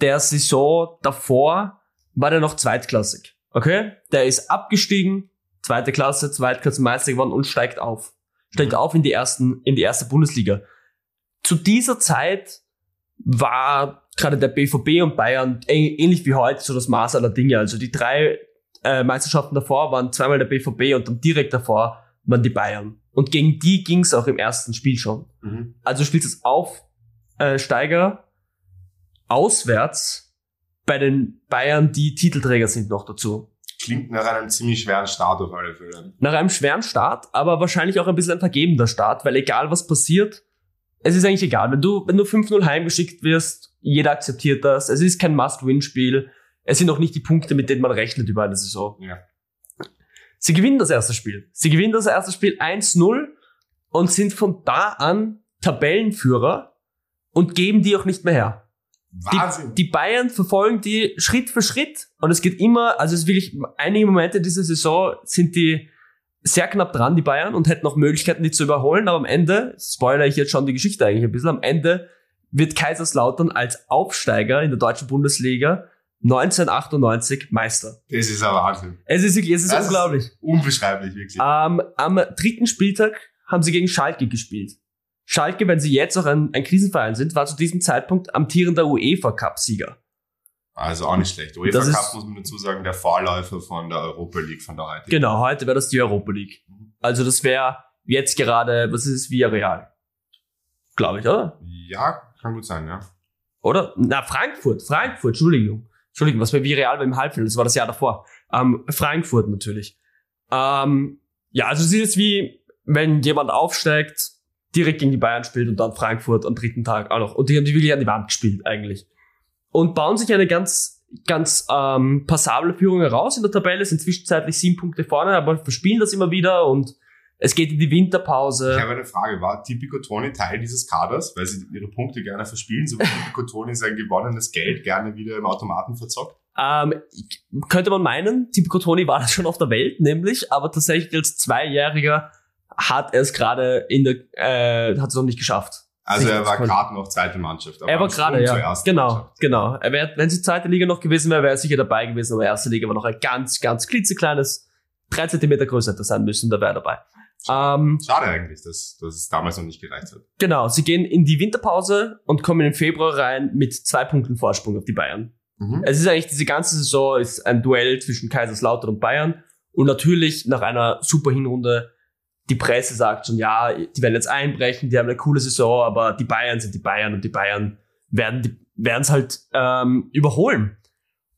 Speaker 2: der Saison davor war der noch zweitklassig. Okay? Der ist abgestiegen, zweite Klasse, Zweitklasse Meister geworden und steigt auf. Steigt auf in die ersten, in die erste Bundesliga. Zu dieser Zeit war gerade der BVB und Bayern ä- ähnlich wie heute so das Maß aller Dinge. Also die drei äh, Meisterschaften davor waren zweimal der BVB und dann direkt davor waren die Bayern. Und gegen die ging's auch im ersten Spiel schon.
Speaker 1: Mhm.
Speaker 2: Also spielt es Aufsteiger äh, auswärts bei den Bayern, die Titelträger sind noch dazu.
Speaker 1: Klingt nach einem ziemlich schweren Start auf alle Fälle.
Speaker 2: Nach einem schweren Start, aber wahrscheinlich auch ein bisschen ein vergebender Start, weil egal was passiert, es ist eigentlich egal. Wenn du, wenn du 5-0 heimgeschickt wirst, jeder akzeptiert das. Es ist kein Must-Win-Spiel. Es sind auch nicht die Punkte, mit denen man rechnet über eine Saison.
Speaker 1: Ja.
Speaker 2: Sie gewinnen das erste Spiel. Sie gewinnen das erste Spiel 1-0 und sind von da an Tabellenführer und geben die auch nicht mehr her.
Speaker 1: Wahnsinn.
Speaker 2: Die, die Bayern verfolgen die Schritt für Schritt und es geht immer, also es ist wirklich, einige Momente dieser Saison sind die sehr knapp dran, die Bayern, und hätten noch Möglichkeiten, die zu überholen, aber am Ende, spoiler ich jetzt schon die Geschichte eigentlich ein bisschen, am Ende wird Kaiserslautern als Aufsteiger in der deutschen Bundesliga 1998 Meister.
Speaker 1: das ist ein Wahnsinn.
Speaker 2: Es ist wirklich, es ist
Speaker 1: Das ist-
Speaker 2: unglaublich.
Speaker 1: Unbeschreiblich, wirklich.
Speaker 2: Ähm, am dritten Spieltag haben sie gegen Schalke gespielt. Schalke, wenn sie jetzt auch ein, ein Krisenverein sind, war zu diesem Zeitpunkt amtierender UEFA-Cup-Sieger.
Speaker 1: Also auch nicht schlecht. UEFA
Speaker 2: Das ist-
Speaker 1: Cup muss man dazu sagen, der Vorläufer von der Europa League von der heutigen.
Speaker 2: Genau, heute wäre das die Europa League. Also das wäre jetzt gerade, was ist es, Villarreal? Glaube ich, oder?
Speaker 1: Ja, kann gut sein, ja.
Speaker 2: Oder? Na, Frankfurt, Frankfurt, Entschuldigung. Entschuldigung, was bei Villarreal war im Halbfinale, das war das Jahr davor. Ähm, Frankfurt natürlich. Ähm, ja, also es ist jetzt wie, wenn jemand aufsteigt, direkt gegen die Bayern spielt und dann Frankfurt am dritten Tag auch noch. Und die haben die wirklich an die Wand gespielt eigentlich. Und bauen sich eine ganz, ganz ähm, passable Führung heraus in der Tabelle, sind zwischenzeitlich sieben Punkte vorne, aber verspielen das immer wieder und es geht in die Winterpause.
Speaker 1: Ich habe eine Frage. War Tipico Toni Teil dieses Kaders, weil sie ihre Punkte gerne verspielen, so wie Tipico Toni sein gewonnenes Geld gerne wieder im Automaten verzockt?
Speaker 2: Ähm, ich- könnte man meinen, Tipico Toni war das schon auf der Welt, nämlich, aber tatsächlich als Zweijähriger hat er es gerade in der, äh, hat es noch nicht geschafft.
Speaker 1: Also
Speaker 2: Sicher,
Speaker 1: er
Speaker 2: das
Speaker 1: war
Speaker 2: kann-
Speaker 1: gerade noch zweite Mannschaft. aber
Speaker 2: er war
Speaker 1: am Sprung
Speaker 2: gerade,
Speaker 1: um zur
Speaker 2: ja.
Speaker 1: ersten Mannschaft.
Speaker 2: Genau, genau. Er wär, wenn sie zweite Liga noch gewesen wäre, wäre er sicher dabei gewesen, aber erste Liga war noch ein ganz, ganz klitzekleines, drei Zentimeter größer hätte sein müssen, da wäre er dabei. Ähm,
Speaker 1: Schade eigentlich, dass, dass es damals noch nicht gereicht hat.
Speaker 2: genau, sie gehen in die Winterpause und kommen im Februar rein mit zwei Punkten Vorsprung auf die Bayern. Es ist eigentlich diese ganze Saison ist ein Duell zwischen Kaiserslautern und Bayern und natürlich nach einer super Hinrunde die Presse sagt schon, ja, die werden jetzt einbrechen, die haben eine coole Saison, aber die Bayern sind die Bayern und die Bayern werden es halt ähm, überholen.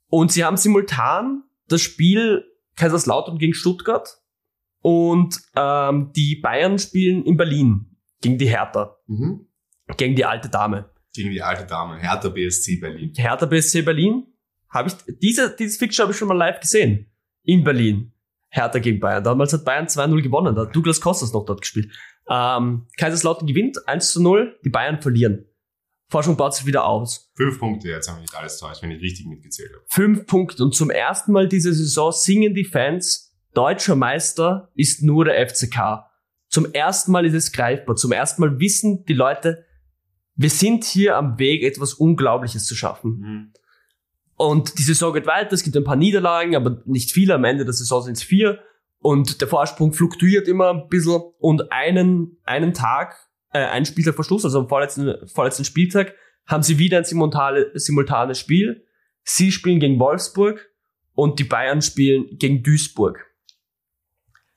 Speaker 2: Und sie haben simultan das Spiel Kaiserslautern gegen Stuttgart und ähm, die Bayern spielen in Berlin gegen die Hertha,
Speaker 1: Mhm.
Speaker 2: gegen die alte Dame.
Speaker 1: Gegen die alte Dame, Hertha BSC Berlin.
Speaker 2: Hertha BSC Berlin. Habe ich, diese, dieses Fixture habe ich schon mal live gesehen. In Berlin. Hertha gegen Bayern. Damals hat Bayern 2-0 gewonnen. Da hat Douglas Costas noch dort gespielt. Ähm, Kaiserslautern gewinnt 1-0. Die Bayern verlieren. Forschung baut sich wieder aus.
Speaker 1: Fünf Punkte, jetzt haben wir nicht alles täuscht, wenn ich richtig mitgezählt habe.
Speaker 2: Fünf Punkte. Und zum ersten Mal diese Saison singen die Fans, deutscher Meister ist nur der FCK. Zum ersten Mal ist es greifbar. Zum ersten Mal wissen die Leute, wir sind hier am Weg, etwas Unglaubliches zu schaffen. Und die Saison geht weiter, es gibt ein paar Niederlagen, aber nicht viele. Am Ende der Saison sind es vier. Und der Vorsprung fluktuiert immer ein bisschen. Und einen, einen Tag, äh, einen Spieltag Verschluss, also am vorletzten, vorletzten Spieltag, haben sie wieder ein simultane, simultanes Spiel. Sie spielen gegen Wolfsburg und die Bayern spielen gegen Duisburg.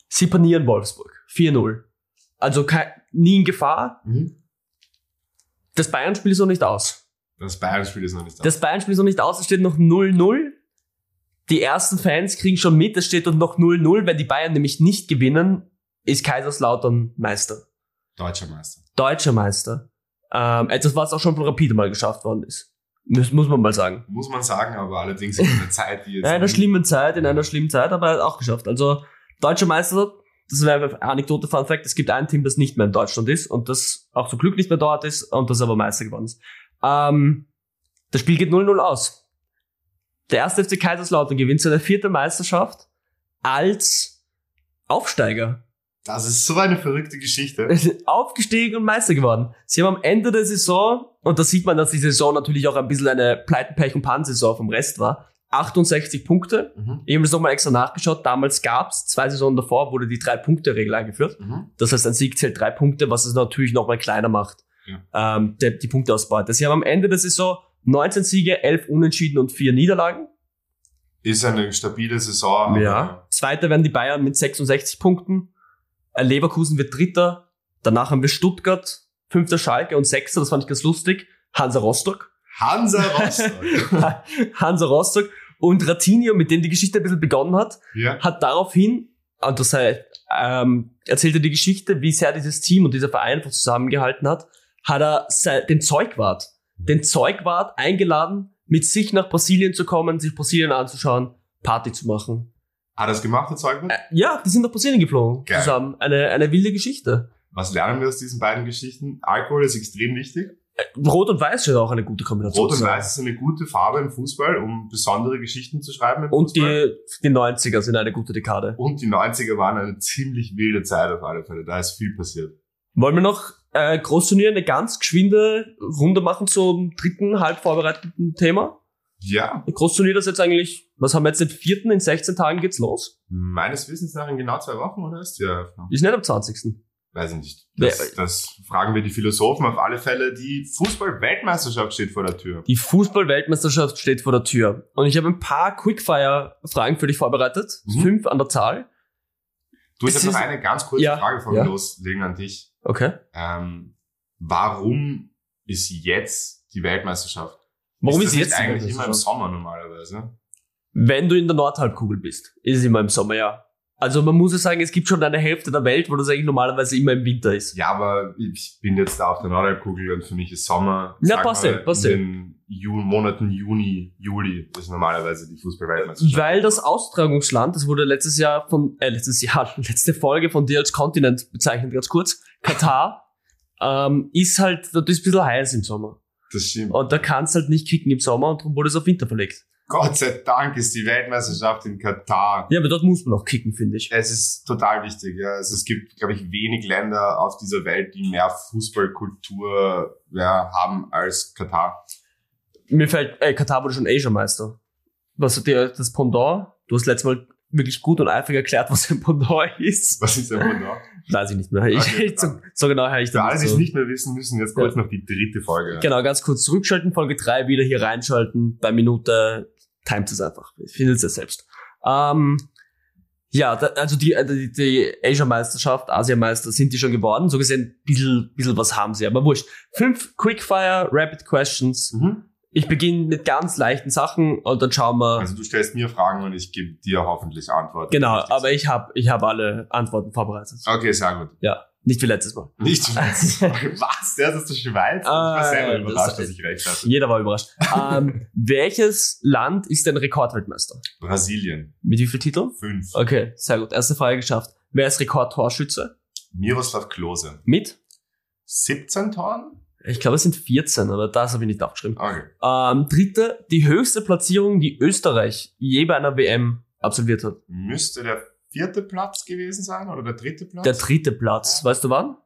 Speaker 2: Sie panieren Wolfsburg. 4-0. Also kei- nie in Gefahr.
Speaker 1: Mhm.
Speaker 2: Das Bayern-Spiel ist noch nicht aus.
Speaker 1: Das Bayern-Spiel ist noch nicht da.
Speaker 2: Das Bayern-Spiel ist noch nicht aus, es steht noch 0-0. Die ersten Fans kriegen schon mit, es steht dort noch 0-0. Wenn die Bayern nämlich nicht gewinnen, ist Kaiserslautern Meister.
Speaker 1: Deutscher Meister.
Speaker 2: Deutscher Meister. Ähm, etwas, was auch schon von Rapid mal geschafft worden ist. Das muss man mal sagen.
Speaker 1: Muss man sagen, aber allerdings in einer Zeit, die
Speaker 2: In
Speaker 1: jetzt.
Speaker 2: einer schlimmen Zeit, in einer schlimmen Zeit, aber er hat auch geschafft. Also, Deutscher Meister, das ist eine Anekdote, Fun Fact, es gibt ein Team, das nicht mehr in Deutschland ist und das auch zum Glück nicht mehr dort ist und das aber Meister geworden ist. Ähm, das Spiel geht 0-0 aus. Der erste FC Kaiserslautern gewinnt seine vierte Meisterschaft als Aufsteiger.
Speaker 1: Das ist so eine verrückte Geschichte.
Speaker 2: Aufgestiegen und Meister geworden. Sie haben am Ende der Saison Und da sieht man, dass die Saison natürlich auch ein bisschen eine Pleiten, Pech und Pan-Saison vom Rest war. 68 Punkte.
Speaker 1: Mhm.
Speaker 2: Ich habe das nochmal extra nachgeschaut. Damals gab's zwei Saisonen davor, wurde die Drei-Punkte-Regel eingeführt.
Speaker 1: Mhm.
Speaker 2: Das heißt, ein Sieg zählt drei Punkte, was es natürlich nochmal kleiner macht, ähm, der, die Punkteausbeute. Sie haben am Ende der Saison 19 Siege, 11 Unentschieden und 4 Niederlagen.
Speaker 1: Ist eine stabile Saison. aber-
Speaker 2: Zweiter werden die Bayern mit 66 Punkten. Äh, Leverkusen wird Dritter. Danach haben wir Stuttgart, fünfter Schalke und sechster, das fand ich ganz lustig, Hansa Rostock.
Speaker 1: Hansa Rostock.
Speaker 2: Hansa Rostock und Ratinho, mit dem die Geschichte ein bisschen begonnen hat,
Speaker 1: ja.
Speaker 2: hat daraufhin, und das heißt, ähm, erzählte die Geschichte, wie sehr dieses Team und dieser Verein einfach zusammengehalten hat, hat er se- den Zeugwart, den Zeugwart eingeladen, mit sich nach Brasilien zu kommen, sich Brasilien anzuschauen, Party zu machen.
Speaker 1: Hat das gemacht, der Zeugwart?
Speaker 2: Äh, ja, die sind nach Brasilien geflogen
Speaker 1: Geil.
Speaker 2: zusammen. Eine, eine wilde Geschichte.
Speaker 1: Was lernen wir aus diesen beiden Geschichten? Alkohol ist extrem wichtig.
Speaker 2: Rot und Weiß ist auch eine gute Kombination.
Speaker 1: Rot und
Speaker 2: zu sein.
Speaker 1: Weiß ist eine gute Farbe im Fußball, um besondere Geschichten zu schreiben. Im
Speaker 2: Und
Speaker 1: Fußball.
Speaker 2: die, die 90er sind eine gute Dekade.
Speaker 1: und die 90er waren eine ziemlich wilde Zeit auf alle Fälle. Da ist viel passiert.
Speaker 2: Wollen wir noch äh, Großturnier eine ganz geschwinde Runde machen zum dritten halb vorbereiteten Thema?
Speaker 1: Ja,
Speaker 2: Großturnier das jetzt eigentlich, was haben wir jetzt den vierten, in 16 Tagen geht's los?
Speaker 1: meines Wissens nach in genau zwei Wochen, oder ist die Eröffnung?
Speaker 2: Ist nicht am 20.
Speaker 1: Weiß ich nicht. Das, das fragen wir die Philosophen auf alle Fälle. Die Fußball-Weltmeisterschaft steht vor der Tür.
Speaker 2: Die Fußball-Weltmeisterschaft steht vor der Tür. Und ich habe ein paar Quickfire-Fragen für dich vorbereitet.
Speaker 1: Mhm.
Speaker 2: Fünf an der Zahl.
Speaker 1: Du, ich
Speaker 2: Es
Speaker 1: habe noch
Speaker 2: ist-
Speaker 1: eine ganz kurze
Speaker 2: Ja,
Speaker 1: Frage, bevor
Speaker 2: ja.
Speaker 1: wir loslegen an dich.
Speaker 2: Okay.
Speaker 1: Ähm, warum ist jetzt die Weltmeisterschaft?
Speaker 2: Warum
Speaker 1: ist
Speaker 2: ist,
Speaker 1: das
Speaker 2: jetzt
Speaker 1: nicht
Speaker 2: die
Speaker 1: eigentlich immer im
Speaker 2: Weltmeisterschaft?
Speaker 1: Sommer normalerweise?
Speaker 2: Wenn du in der Nordhalbkugel bist, ist es immer im Sommer, ja. Also man muss ja sagen, es gibt schon eine Hälfte der Welt, wo das eigentlich normalerweise immer im Winter ist.
Speaker 1: Ja, aber ich bin jetzt da auf der Nordhalbkugel und für mich ist Sommer.
Speaker 2: Ja,
Speaker 1: sag
Speaker 2: passt
Speaker 1: mal,
Speaker 2: eh, passt eh.
Speaker 1: In den Ju Monaten Juni, Juli ist normalerweise die Fußballweltmeisterschaft.
Speaker 2: Weil das Austragungsland, das wurde letztes Jahr von, äh, letztes Jahr, letzte Folge von dir als Kontinent bezeichnet, ganz kurz, Katar, ähm, ist halt, dort ist ein bisschen heiß im Sommer.
Speaker 1: Das stimmt.
Speaker 2: Und da kannst halt nicht kicken im Sommer und darum wurde es auf Winter verlegt.
Speaker 1: Gott sei Dank ist die Weltmeisterschaft in Katar.
Speaker 2: Ja, aber dort muss man auch kicken, finde ich.
Speaker 1: Es ist total wichtig. Ja. Also es gibt, glaube ich, wenig Länder auf dieser Welt, die mehr Fußballkultur ja, haben als Katar.
Speaker 2: Mir fällt, ey, Katar wurde schon Asia-Meister. Was hat dir das Pendant? Du hast letztes Mal wirklich gut und eifrig erklärt, was ein Pendant ist.
Speaker 1: Was ist einfach noch?
Speaker 2: Weiß ich nicht mehr. Ich,
Speaker 1: Okay.
Speaker 2: so, so genau höre ich
Speaker 1: Für
Speaker 2: da
Speaker 1: alle, die
Speaker 2: nicht
Speaker 1: es
Speaker 2: so.
Speaker 1: nicht mehr wissen, müssen jetzt kurz noch die dritte Folge.
Speaker 2: Genau, ganz kurz zurückschalten, Folge 3 wieder hier reinschalten, bei Minute timet es einfach. Findet es selbst. Ähm, ja, da, also die, äh, die, die Asia-Meisterschaft, Asia-Meister sind die schon geworden. So gesehen, ein bisschen, bisschen was haben sie, aber wurscht. Fünf Quickfire Rapid Questions.
Speaker 1: Mhm.
Speaker 2: Ich beginne mit ganz leichten Sachen und dann schauen wir.
Speaker 1: Also du stellst mir Fragen und ich gebe dir hoffentlich Antworten.
Speaker 2: genau, aber ich habe ich hab alle Antworten vorbereitet.
Speaker 1: Okay, sehr gut.
Speaker 2: Nicht wie letztes Mal.
Speaker 1: Nicht die Schweiz. Was? Der ist aus der Schweiz? Ich war
Speaker 2: Ah,
Speaker 1: selber
Speaker 2: das-
Speaker 1: überrascht, dass ich recht hatte.
Speaker 2: Jeder war überrascht. ähm, welches Land ist denn Rekordweltmeister?
Speaker 1: Brasilien.
Speaker 2: Mit wie viel Titeln?
Speaker 1: Fünf.
Speaker 2: Okay, sehr gut. Erste Frage geschafft. Wer ist Rekordtorschütze?
Speaker 1: Miroslav Klose.
Speaker 2: Mit?
Speaker 1: 17 Toren?
Speaker 2: Ich glaube, es sind 14, aber das habe ich nicht aufgeschrieben.
Speaker 1: Okay.
Speaker 2: Ähm, dritte, die höchste Platzierung, die Österreich je bei einer WM absolviert hat.
Speaker 1: Müsste der vierte Platz gewesen sein oder der dritte Platz?
Speaker 2: Der dritte Platz. Weißt du wann?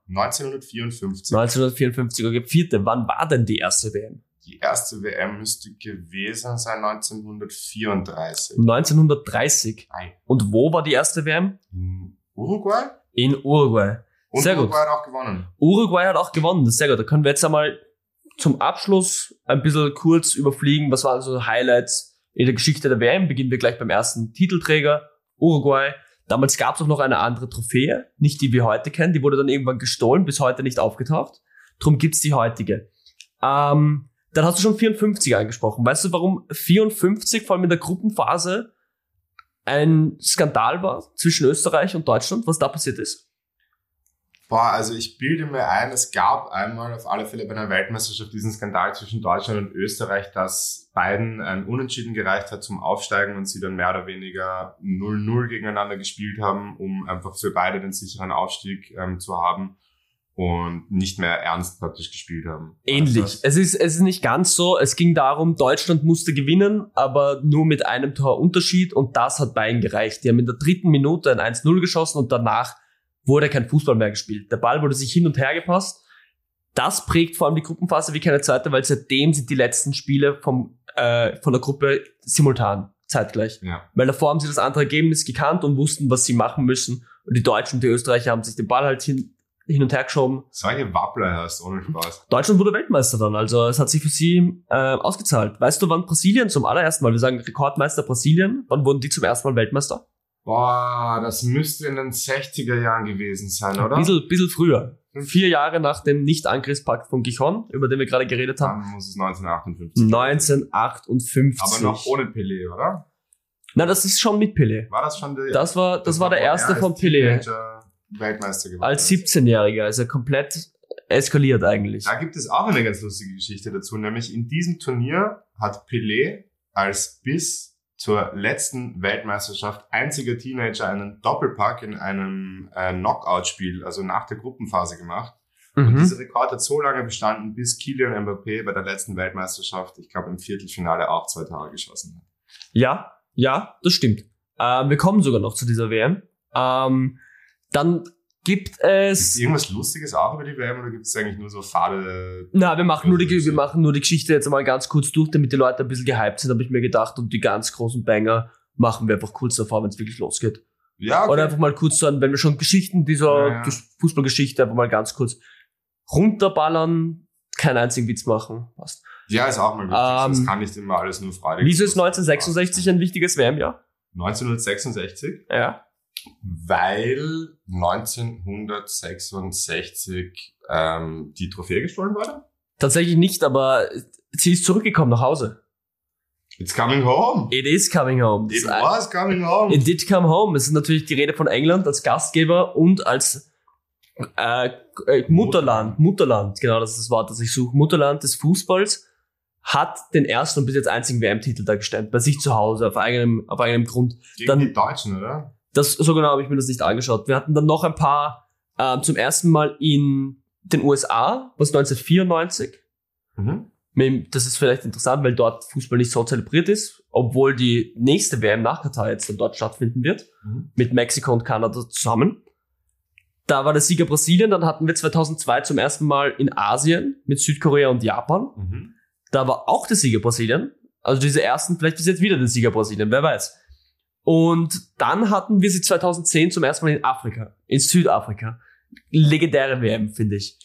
Speaker 1: 1954.
Speaker 2: 1954. Okay, vierte. Wann war denn die erste WM?
Speaker 1: Die erste WM müsste gewesen sein 1934.
Speaker 2: Hm. 1930.
Speaker 1: Nein.
Speaker 2: Und wo war die erste WM?
Speaker 1: In Uruguay?
Speaker 2: In Uruguay.
Speaker 1: Und
Speaker 2: Sehr gut.
Speaker 1: Uruguay hat auch gewonnen.
Speaker 2: Uruguay hat auch gewonnen. Das ist sehr gut. Da können wir jetzt einmal zum Abschluss ein bisschen kurz überfliegen. Was waren so Highlights in der Geschichte der WM? Beginnen wir gleich beim ersten Titelträger, Uruguay. Damals gab es auch noch eine andere Trophäe, nicht die wir heute kennen. Die wurde dann irgendwann gestohlen, bis heute nicht aufgetaucht. Drum gibt's die heutige. Ähm, dann hast du schon 54 angesprochen. Weißt du, warum 54 vor allem in der Gruppenphase ein Skandal war zwischen Österreich und Deutschland, was da passiert ist?
Speaker 1: Boah, also ich bilde mir ein, es gab einmal auf alle Fälle bei einer Weltmeisterschaft diesen Skandal zwischen Deutschland und Österreich, dass beiden ein Unentschieden gereicht hat zum Aufsteigen und sie dann mehr oder weniger 0-0 gegeneinander gespielt haben, um einfach für beide den sicheren Aufstieg ähm, zu haben und nicht mehr ernst praktisch gespielt haben.
Speaker 2: Ähnlich.
Speaker 1: Also,
Speaker 2: Es ist, es ist nicht ganz so. Es ging darum, Deutschland musste gewinnen, aber nur mit einem Tor Unterschied und das hat Bayern gereicht. Die haben in der dritten Minute ein 1-0 geschossen und danach wurde kein Fußball mehr gespielt. Der Ball wurde sich hin und her gepasst. Das prägt vor allem die Gruppenphase wie keine zweite, weil seitdem sind die letzten Spiele vom, äh, von der Gruppe simultan, zeitgleich.
Speaker 1: Ja.
Speaker 2: Weil davor haben sie das andere Ergebnis gekannt und wussten, was sie machen müssen. Und die Deutschen und die Österreicher haben sich den Ball halt hin, hin und her geschoben.
Speaker 1: So eine Wappler hast, ohne Spaß.
Speaker 2: Deutschland wurde Weltmeister dann, also es hat sich für sie äh, ausgezahlt. Weißt du, wann Brasilien zum allerersten Mal, wir sagen Rekordmeister Brasilien, wann wurden die zum ersten Mal Weltmeister?
Speaker 1: Boah, das müsste in den 60er Jahren gewesen sein, oder?
Speaker 2: Ein bisschen, bisschen früher. Vier Jahre nach dem Nicht-Angriffspakt von Gijon, über den wir gerade geredet haben.
Speaker 1: Dann muss es 1958.
Speaker 2: 1958.
Speaker 1: Aber noch ohne Pelé, oder?
Speaker 2: Na, das ist schon mit Pele.
Speaker 1: War das schon der,
Speaker 2: Das war, das war der erste von Pele.
Speaker 1: Teenager Weltmeister geworden.
Speaker 2: Als
Speaker 1: ist.
Speaker 2: 17-Jähriger ist er komplett eskaliert eigentlich.
Speaker 1: Da gibt es auch eine ganz lustige Geschichte dazu, nämlich in diesem Turnier hat Pelé als bis zur letzten Weltmeisterschaft einziger Teenager einen Doppelpack in einem äh, Knockout-Spiel, also nach der Gruppenphase gemacht. Und
Speaker 2: Mhm.
Speaker 1: dieser Rekord hat so lange bestanden, bis Kylian Mbappé bei der letzten Weltmeisterschaft, ich glaube im Viertelfinale auch zwei Tore geschossen hat.
Speaker 2: Ja, ja, das stimmt. Ähm, wir kommen sogar noch zu dieser WM. Ähm, dann gibt
Speaker 1: Ist
Speaker 2: es.
Speaker 1: irgendwas Lustiges auch über die WM oder gibt es eigentlich nur so fade...
Speaker 2: Na, wir machen, nur die, wir machen nur die Geschichte jetzt mal ganz kurz durch, damit die Leute ein bisschen gehypt sind, habe ich mir gedacht. Und die ganz großen Banger machen wir einfach kurz davor, wenn es wirklich losgeht.
Speaker 1: Ja, okay.
Speaker 2: Oder einfach mal kurz so, an, wenn wir schon Geschichten dieser
Speaker 1: Ja, ja.
Speaker 2: Ges- Fußballgeschichte einfach mal ganz kurz runterballern, keinen einzigen Witz machen. Passt.
Speaker 1: ja, ist auch mal wichtig.
Speaker 2: Ähm,
Speaker 1: das kann nicht immer alles nur Freude
Speaker 2: Wieso ist 1966 ein wichtiges WM-Jahr?
Speaker 1: 1966?
Speaker 2: Ja.
Speaker 1: Weil 1966 ähm, die Trophäe gestohlen wurde.
Speaker 2: Tatsächlich nicht, aber sie ist zurückgekommen nach Hause.
Speaker 1: It's coming home.
Speaker 2: It is coming home. Das
Speaker 1: It
Speaker 2: ist ein-
Speaker 1: was coming home.
Speaker 2: It did come home. Es ist natürlich die Rede von England als Gastgeber und als äh, äh, Mutterland. Mutterland, genau das ist das Wort, das ich suche. Mutterland des Fußballs hat den ersten und bis jetzt einzigen WM-Titel da gestemmt. Bei sich zu Hause, auf eigenem, auf eigenem Grund.
Speaker 1: Gegen
Speaker 2: dann-
Speaker 1: die Deutschen, oder?
Speaker 2: Das, so genau habe ich mir das nicht angeschaut. Wir hatten dann noch ein paar ähm, zum ersten Mal in den USA, was 1994.
Speaker 1: Mhm.
Speaker 2: Mem- Das ist vielleicht interessant, weil dort Fußball nicht so zelebriert ist, obwohl die nächste WM nach Katar jetzt dann dort stattfinden wird
Speaker 1: Mhm.
Speaker 2: mit Mexiko und Kanada zusammen. Da war der Sieger Brasilien, dann hatten wir 2002 zum ersten Mal in Asien mit Südkorea und Japan.
Speaker 1: Mhm.
Speaker 2: Da war auch der Sieger Brasilien. Also diese ersten, vielleicht ist jetzt wieder der Sieger Brasilien, wer weiß. Und dann hatten wir sie 2010 zum ersten Mal in Afrika, in Südafrika. Legendäre WM, finde ich.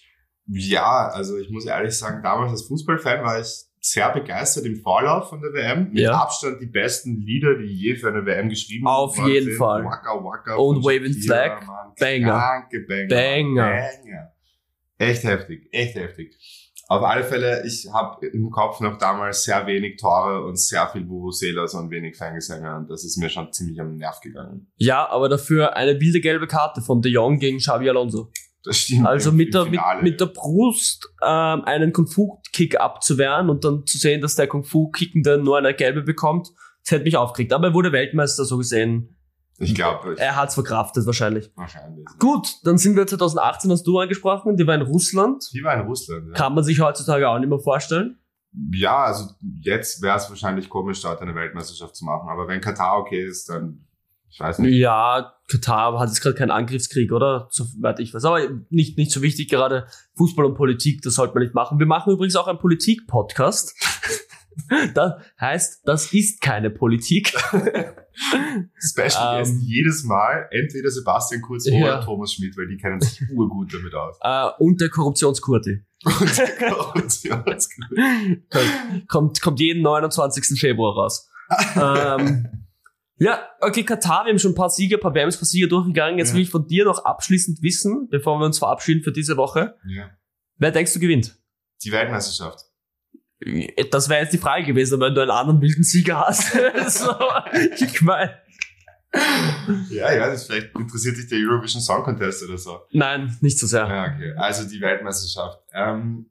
Speaker 1: Ja, also ich muss ehrlich sagen, damals als Fußballfan war ich sehr begeistert im Vorlauf von der WM. Mit
Speaker 2: Ja.
Speaker 1: Abstand die besten Lieder, die je für eine WM geschrieben
Speaker 2: Auf
Speaker 1: worden
Speaker 2: jeden
Speaker 1: sind.
Speaker 2: Fall.
Speaker 1: Waka Waka.
Speaker 2: Und
Speaker 1: von
Speaker 2: Waving
Speaker 1: Shakira,
Speaker 2: Flag.
Speaker 1: Mann.
Speaker 2: Banger.
Speaker 1: Danke, Banger.
Speaker 2: Banger.
Speaker 1: Banger. Echt heftig, echt heftig. Auf alle Fälle, ich habe im Kopf noch damals sehr wenig Tore und sehr viel Vuvuzelas und wenig Fangesänge und das ist mir schon ziemlich am Nerv gegangen.
Speaker 2: Ja, aber dafür eine wilde gelbe Karte von De Jong gegen Xavi Alonso.
Speaker 1: Das stimmt.
Speaker 2: Also
Speaker 1: im-
Speaker 2: mit
Speaker 1: im
Speaker 2: der, mit,
Speaker 1: Finale.
Speaker 2: mit der Brust ähm, einen Kung-Fu-Kick abzuwehren und dann zu sehen, dass der Kung-Fu-Kickende nur eine gelbe bekommt, das hätte mich aufgeregt. Aber er wurde Weltmeister, so gesehen.
Speaker 1: ich glaube,
Speaker 2: Er hat's verkraftet wahrscheinlich.
Speaker 1: wahrscheinlich.
Speaker 2: Gut, dann sind wir 2018, hast du angesprochen, die war in Russland.
Speaker 1: Die war in Russland. Ja,
Speaker 2: Kann man sich heutzutage auch nicht mehr vorstellen.
Speaker 1: ja also jetzt wäre es wahrscheinlich komisch, dort eine Weltmeisterschaft zu machen, aber wenn Katar okay ist, dann, ich weiß nicht.
Speaker 2: Ja, Katar hat jetzt gerade keinen Angriffskrieg, oder? Soweit ich weiß. Aber nicht, nicht so wichtig, gerade Fußball und Politik, das sollte man nicht machen. Wir machen übrigens auch einen Politik-Podcast. Das heißt, das ist keine Politik.
Speaker 1: Special
Speaker 2: Ähm.
Speaker 1: ist jedes Mal entweder Sebastian Kurz oder
Speaker 2: Ja.
Speaker 1: Thomas Schmidt, weil die kennen sich urgut damit aus.
Speaker 2: Äh, und der Korruptionskurti.
Speaker 1: Und ja, das-
Speaker 2: Kommt, kommt jeden 29. Februar raus. ähm, ja, okay, Katar, wir haben schon ein paar Sieger, ein paar WMs, ein paar Sieger durchgegangen. Jetzt
Speaker 1: Ja.
Speaker 2: will ich von dir noch abschließend wissen, bevor wir uns verabschieden für diese Woche.
Speaker 1: ja.
Speaker 2: Wer denkst du gewinnt?
Speaker 1: Die Weltmeisterschaft.
Speaker 2: Das wäre jetzt die Frage gewesen, wenn du einen anderen wilden Sieger hast. so, ich meine,
Speaker 1: Ja, ja, das vielleicht interessiert dich der Eurovision Song Contest oder so.
Speaker 2: nein, nicht so sehr.
Speaker 1: Ja, okay. Also die Weltmeisterschaft. Ähm,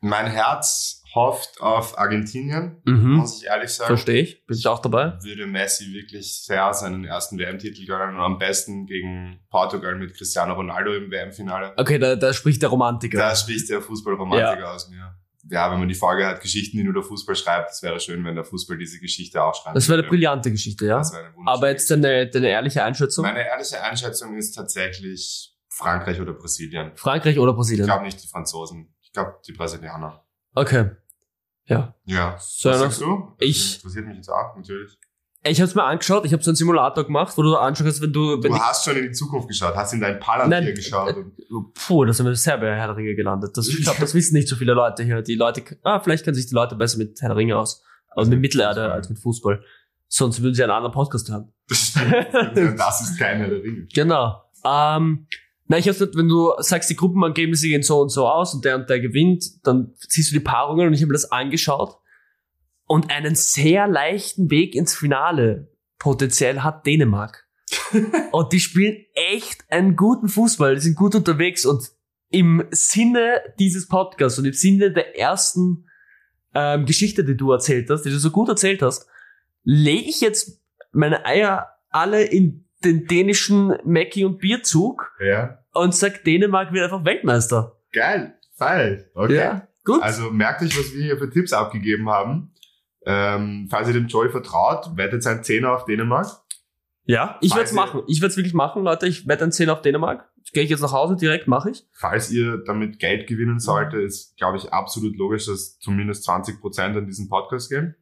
Speaker 1: mein Herz hofft auf Argentinien,
Speaker 2: Mhm.
Speaker 1: muss ich ehrlich sagen.
Speaker 2: Verstehe ich, bin ich auch dabei.
Speaker 1: Würde Messi wirklich sehr seinen ersten WM-Titel gönnen und am besten gegen Portugal mit Cristiano Ronaldo im WM-Finale.
Speaker 2: Okay, da, da spricht der Romantiker.
Speaker 1: Da spricht der Fußballromantiker aus mir. Ja, wenn man die Folge hat, Geschichten, die nur der Fußball schreibt, es wäre schön, wenn der Fußball diese Geschichte auch schreibt.
Speaker 2: das wäre eine brillante Geschichte, ja.
Speaker 1: Das wäre eine
Speaker 2: Aber
Speaker 1: wunderschöne
Speaker 2: jetzt deine, deine ehrliche Einschätzung.
Speaker 1: Meine ehrliche Einschätzung ist tatsächlich Frankreich oder Brasilien.
Speaker 2: Frankreich oder
Speaker 1: Ich
Speaker 2: Brasilien?
Speaker 1: glaube nicht die Franzosen. glaube, die Brasilianer.
Speaker 2: Okay. Ja.
Speaker 1: Ja.
Speaker 2: So,
Speaker 1: Was
Speaker 2: ja,
Speaker 1: sagst du?
Speaker 2: ich-
Speaker 1: Interessiert mich jetzt auch, natürlich.
Speaker 2: ich habe es mir angeschaut, ich habe so einen Simulator gemacht, wo du anschaust, wenn du. Wenn
Speaker 1: Du hast schon in die Zukunft geschaut, hast in dein Palantir
Speaker 2: Nein,
Speaker 1: geschaut. Und
Speaker 2: Puh, da sind wir sehr bei Herr der Ringe gelandet. Das, ich glaube, das wissen nicht so viele Leute hier. Die Leute, ah, vielleicht kennen sich die Leute besser mit Herr der Ringe aus. Also mit Mittelerde als mit Fußball. Sonst würden sie einen anderen Podcast hören.
Speaker 1: das stimmt. das ist kein Herr der Ringe.
Speaker 2: Genau. Ähm, na, ich hab's nicht, wenn du sagst, die Gruppenergebnisse gehen so und so aus und der und der gewinnt, dann siehst du die Paarungen und ich habe mir das angeschaut. Und einen sehr leichten Weg ins Finale potenziell hat Dänemark. und die spielen echt einen guten Fußball, die sind gut unterwegs und im Sinne dieses Podcasts und im Sinne der ersten ähm, Geschichte, die du erzählt hast, die du so gut erzählt hast, lege ich jetzt meine Eier alle in den dänischen Mackie und Bierzug
Speaker 1: Ja.
Speaker 2: und sag, Dänemark wird einfach Weltmeister.
Speaker 1: Geil. Fall. Okay.
Speaker 2: Ja, gut.
Speaker 1: Also merkt euch, was wir hier für Tipps abgegeben haben. Ähm, falls ihr dem Joy vertraut, wettet sein Zehner auf Dänemark.
Speaker 2: ja, ich werde es
Speaker 1: Weiß
Speaker 2: machen. Ich werde es wirklich machen, Leute. Ich werde dann 10 auf Dänemark. Gehe ich jetzt nach Hause, direkt mache ich.
Speaker 1: Falls ihr damit Geld gewinnen sollte, ist, glaube ich, absolut logisch, dass zumindest 20% an diesen Podcast gehen.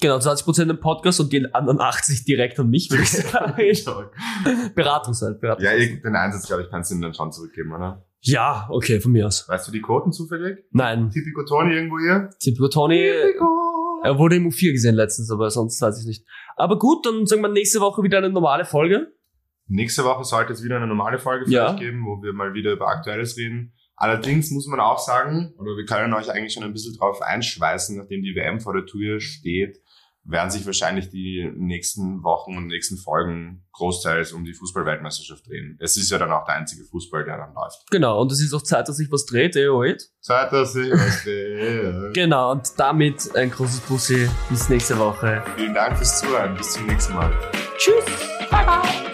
Speaker 2: Genau, 20% im Podcast und die anderen 80 direkt an mich. würde ich sagen. Beratung sein. Beratung
Speaker 1: Ja,
Speaker 2: sein.
Speaker 1: ihr- den Einsatz, glaube ich, kannst du ihm dann schon zurückgeben, oder?
Speaker 2: ja, okay, von mir aus.
Speaker 1: Weißt du die Quoten zufällig?
Speaker 2: Nein,
Speaker 1: Tipico Toni irgendwo hier?
Speaker 2: Tipp Tony, er wurde im U4 gesehen letztens, aber sonst weiß ich nicht. Aber gut, dann sagen wir nächste Woche wieder eine normale Folge.
Speaker 1: Nächste Woche sollte es wieder eine normale Folge für
Speaker 2: Ja.
Speaker 1: euch geben, wo wir mal wieder über Aktuelles reden. Allerdings muss man auch sagen, oder wir können euch eigentlich schon ein bisschen drauf einschweißen, nachdem die WM vor der Tür steht, werden sich wahrscheinlich die nächsten Wochen und nächsten Folgen großteils um die Fußball-Weltmeisterschaft drehen. Es ist ja dann auch der einzige Fußball, der dann läuft.
Speaker 2: Genau, und es ist auch Zeit, dass sich was dreht, eh, oh, eh.
Speaker 1: Zeit, dass ich was drehe.
Speaker 2: Genau, und damit ein großes Bussi bis nächste Woche.
Speaker 1: Vielen Dank fürs Zuhören. Bis zum nächsten Mal.
Speaker 2: Tschüss, bye bye.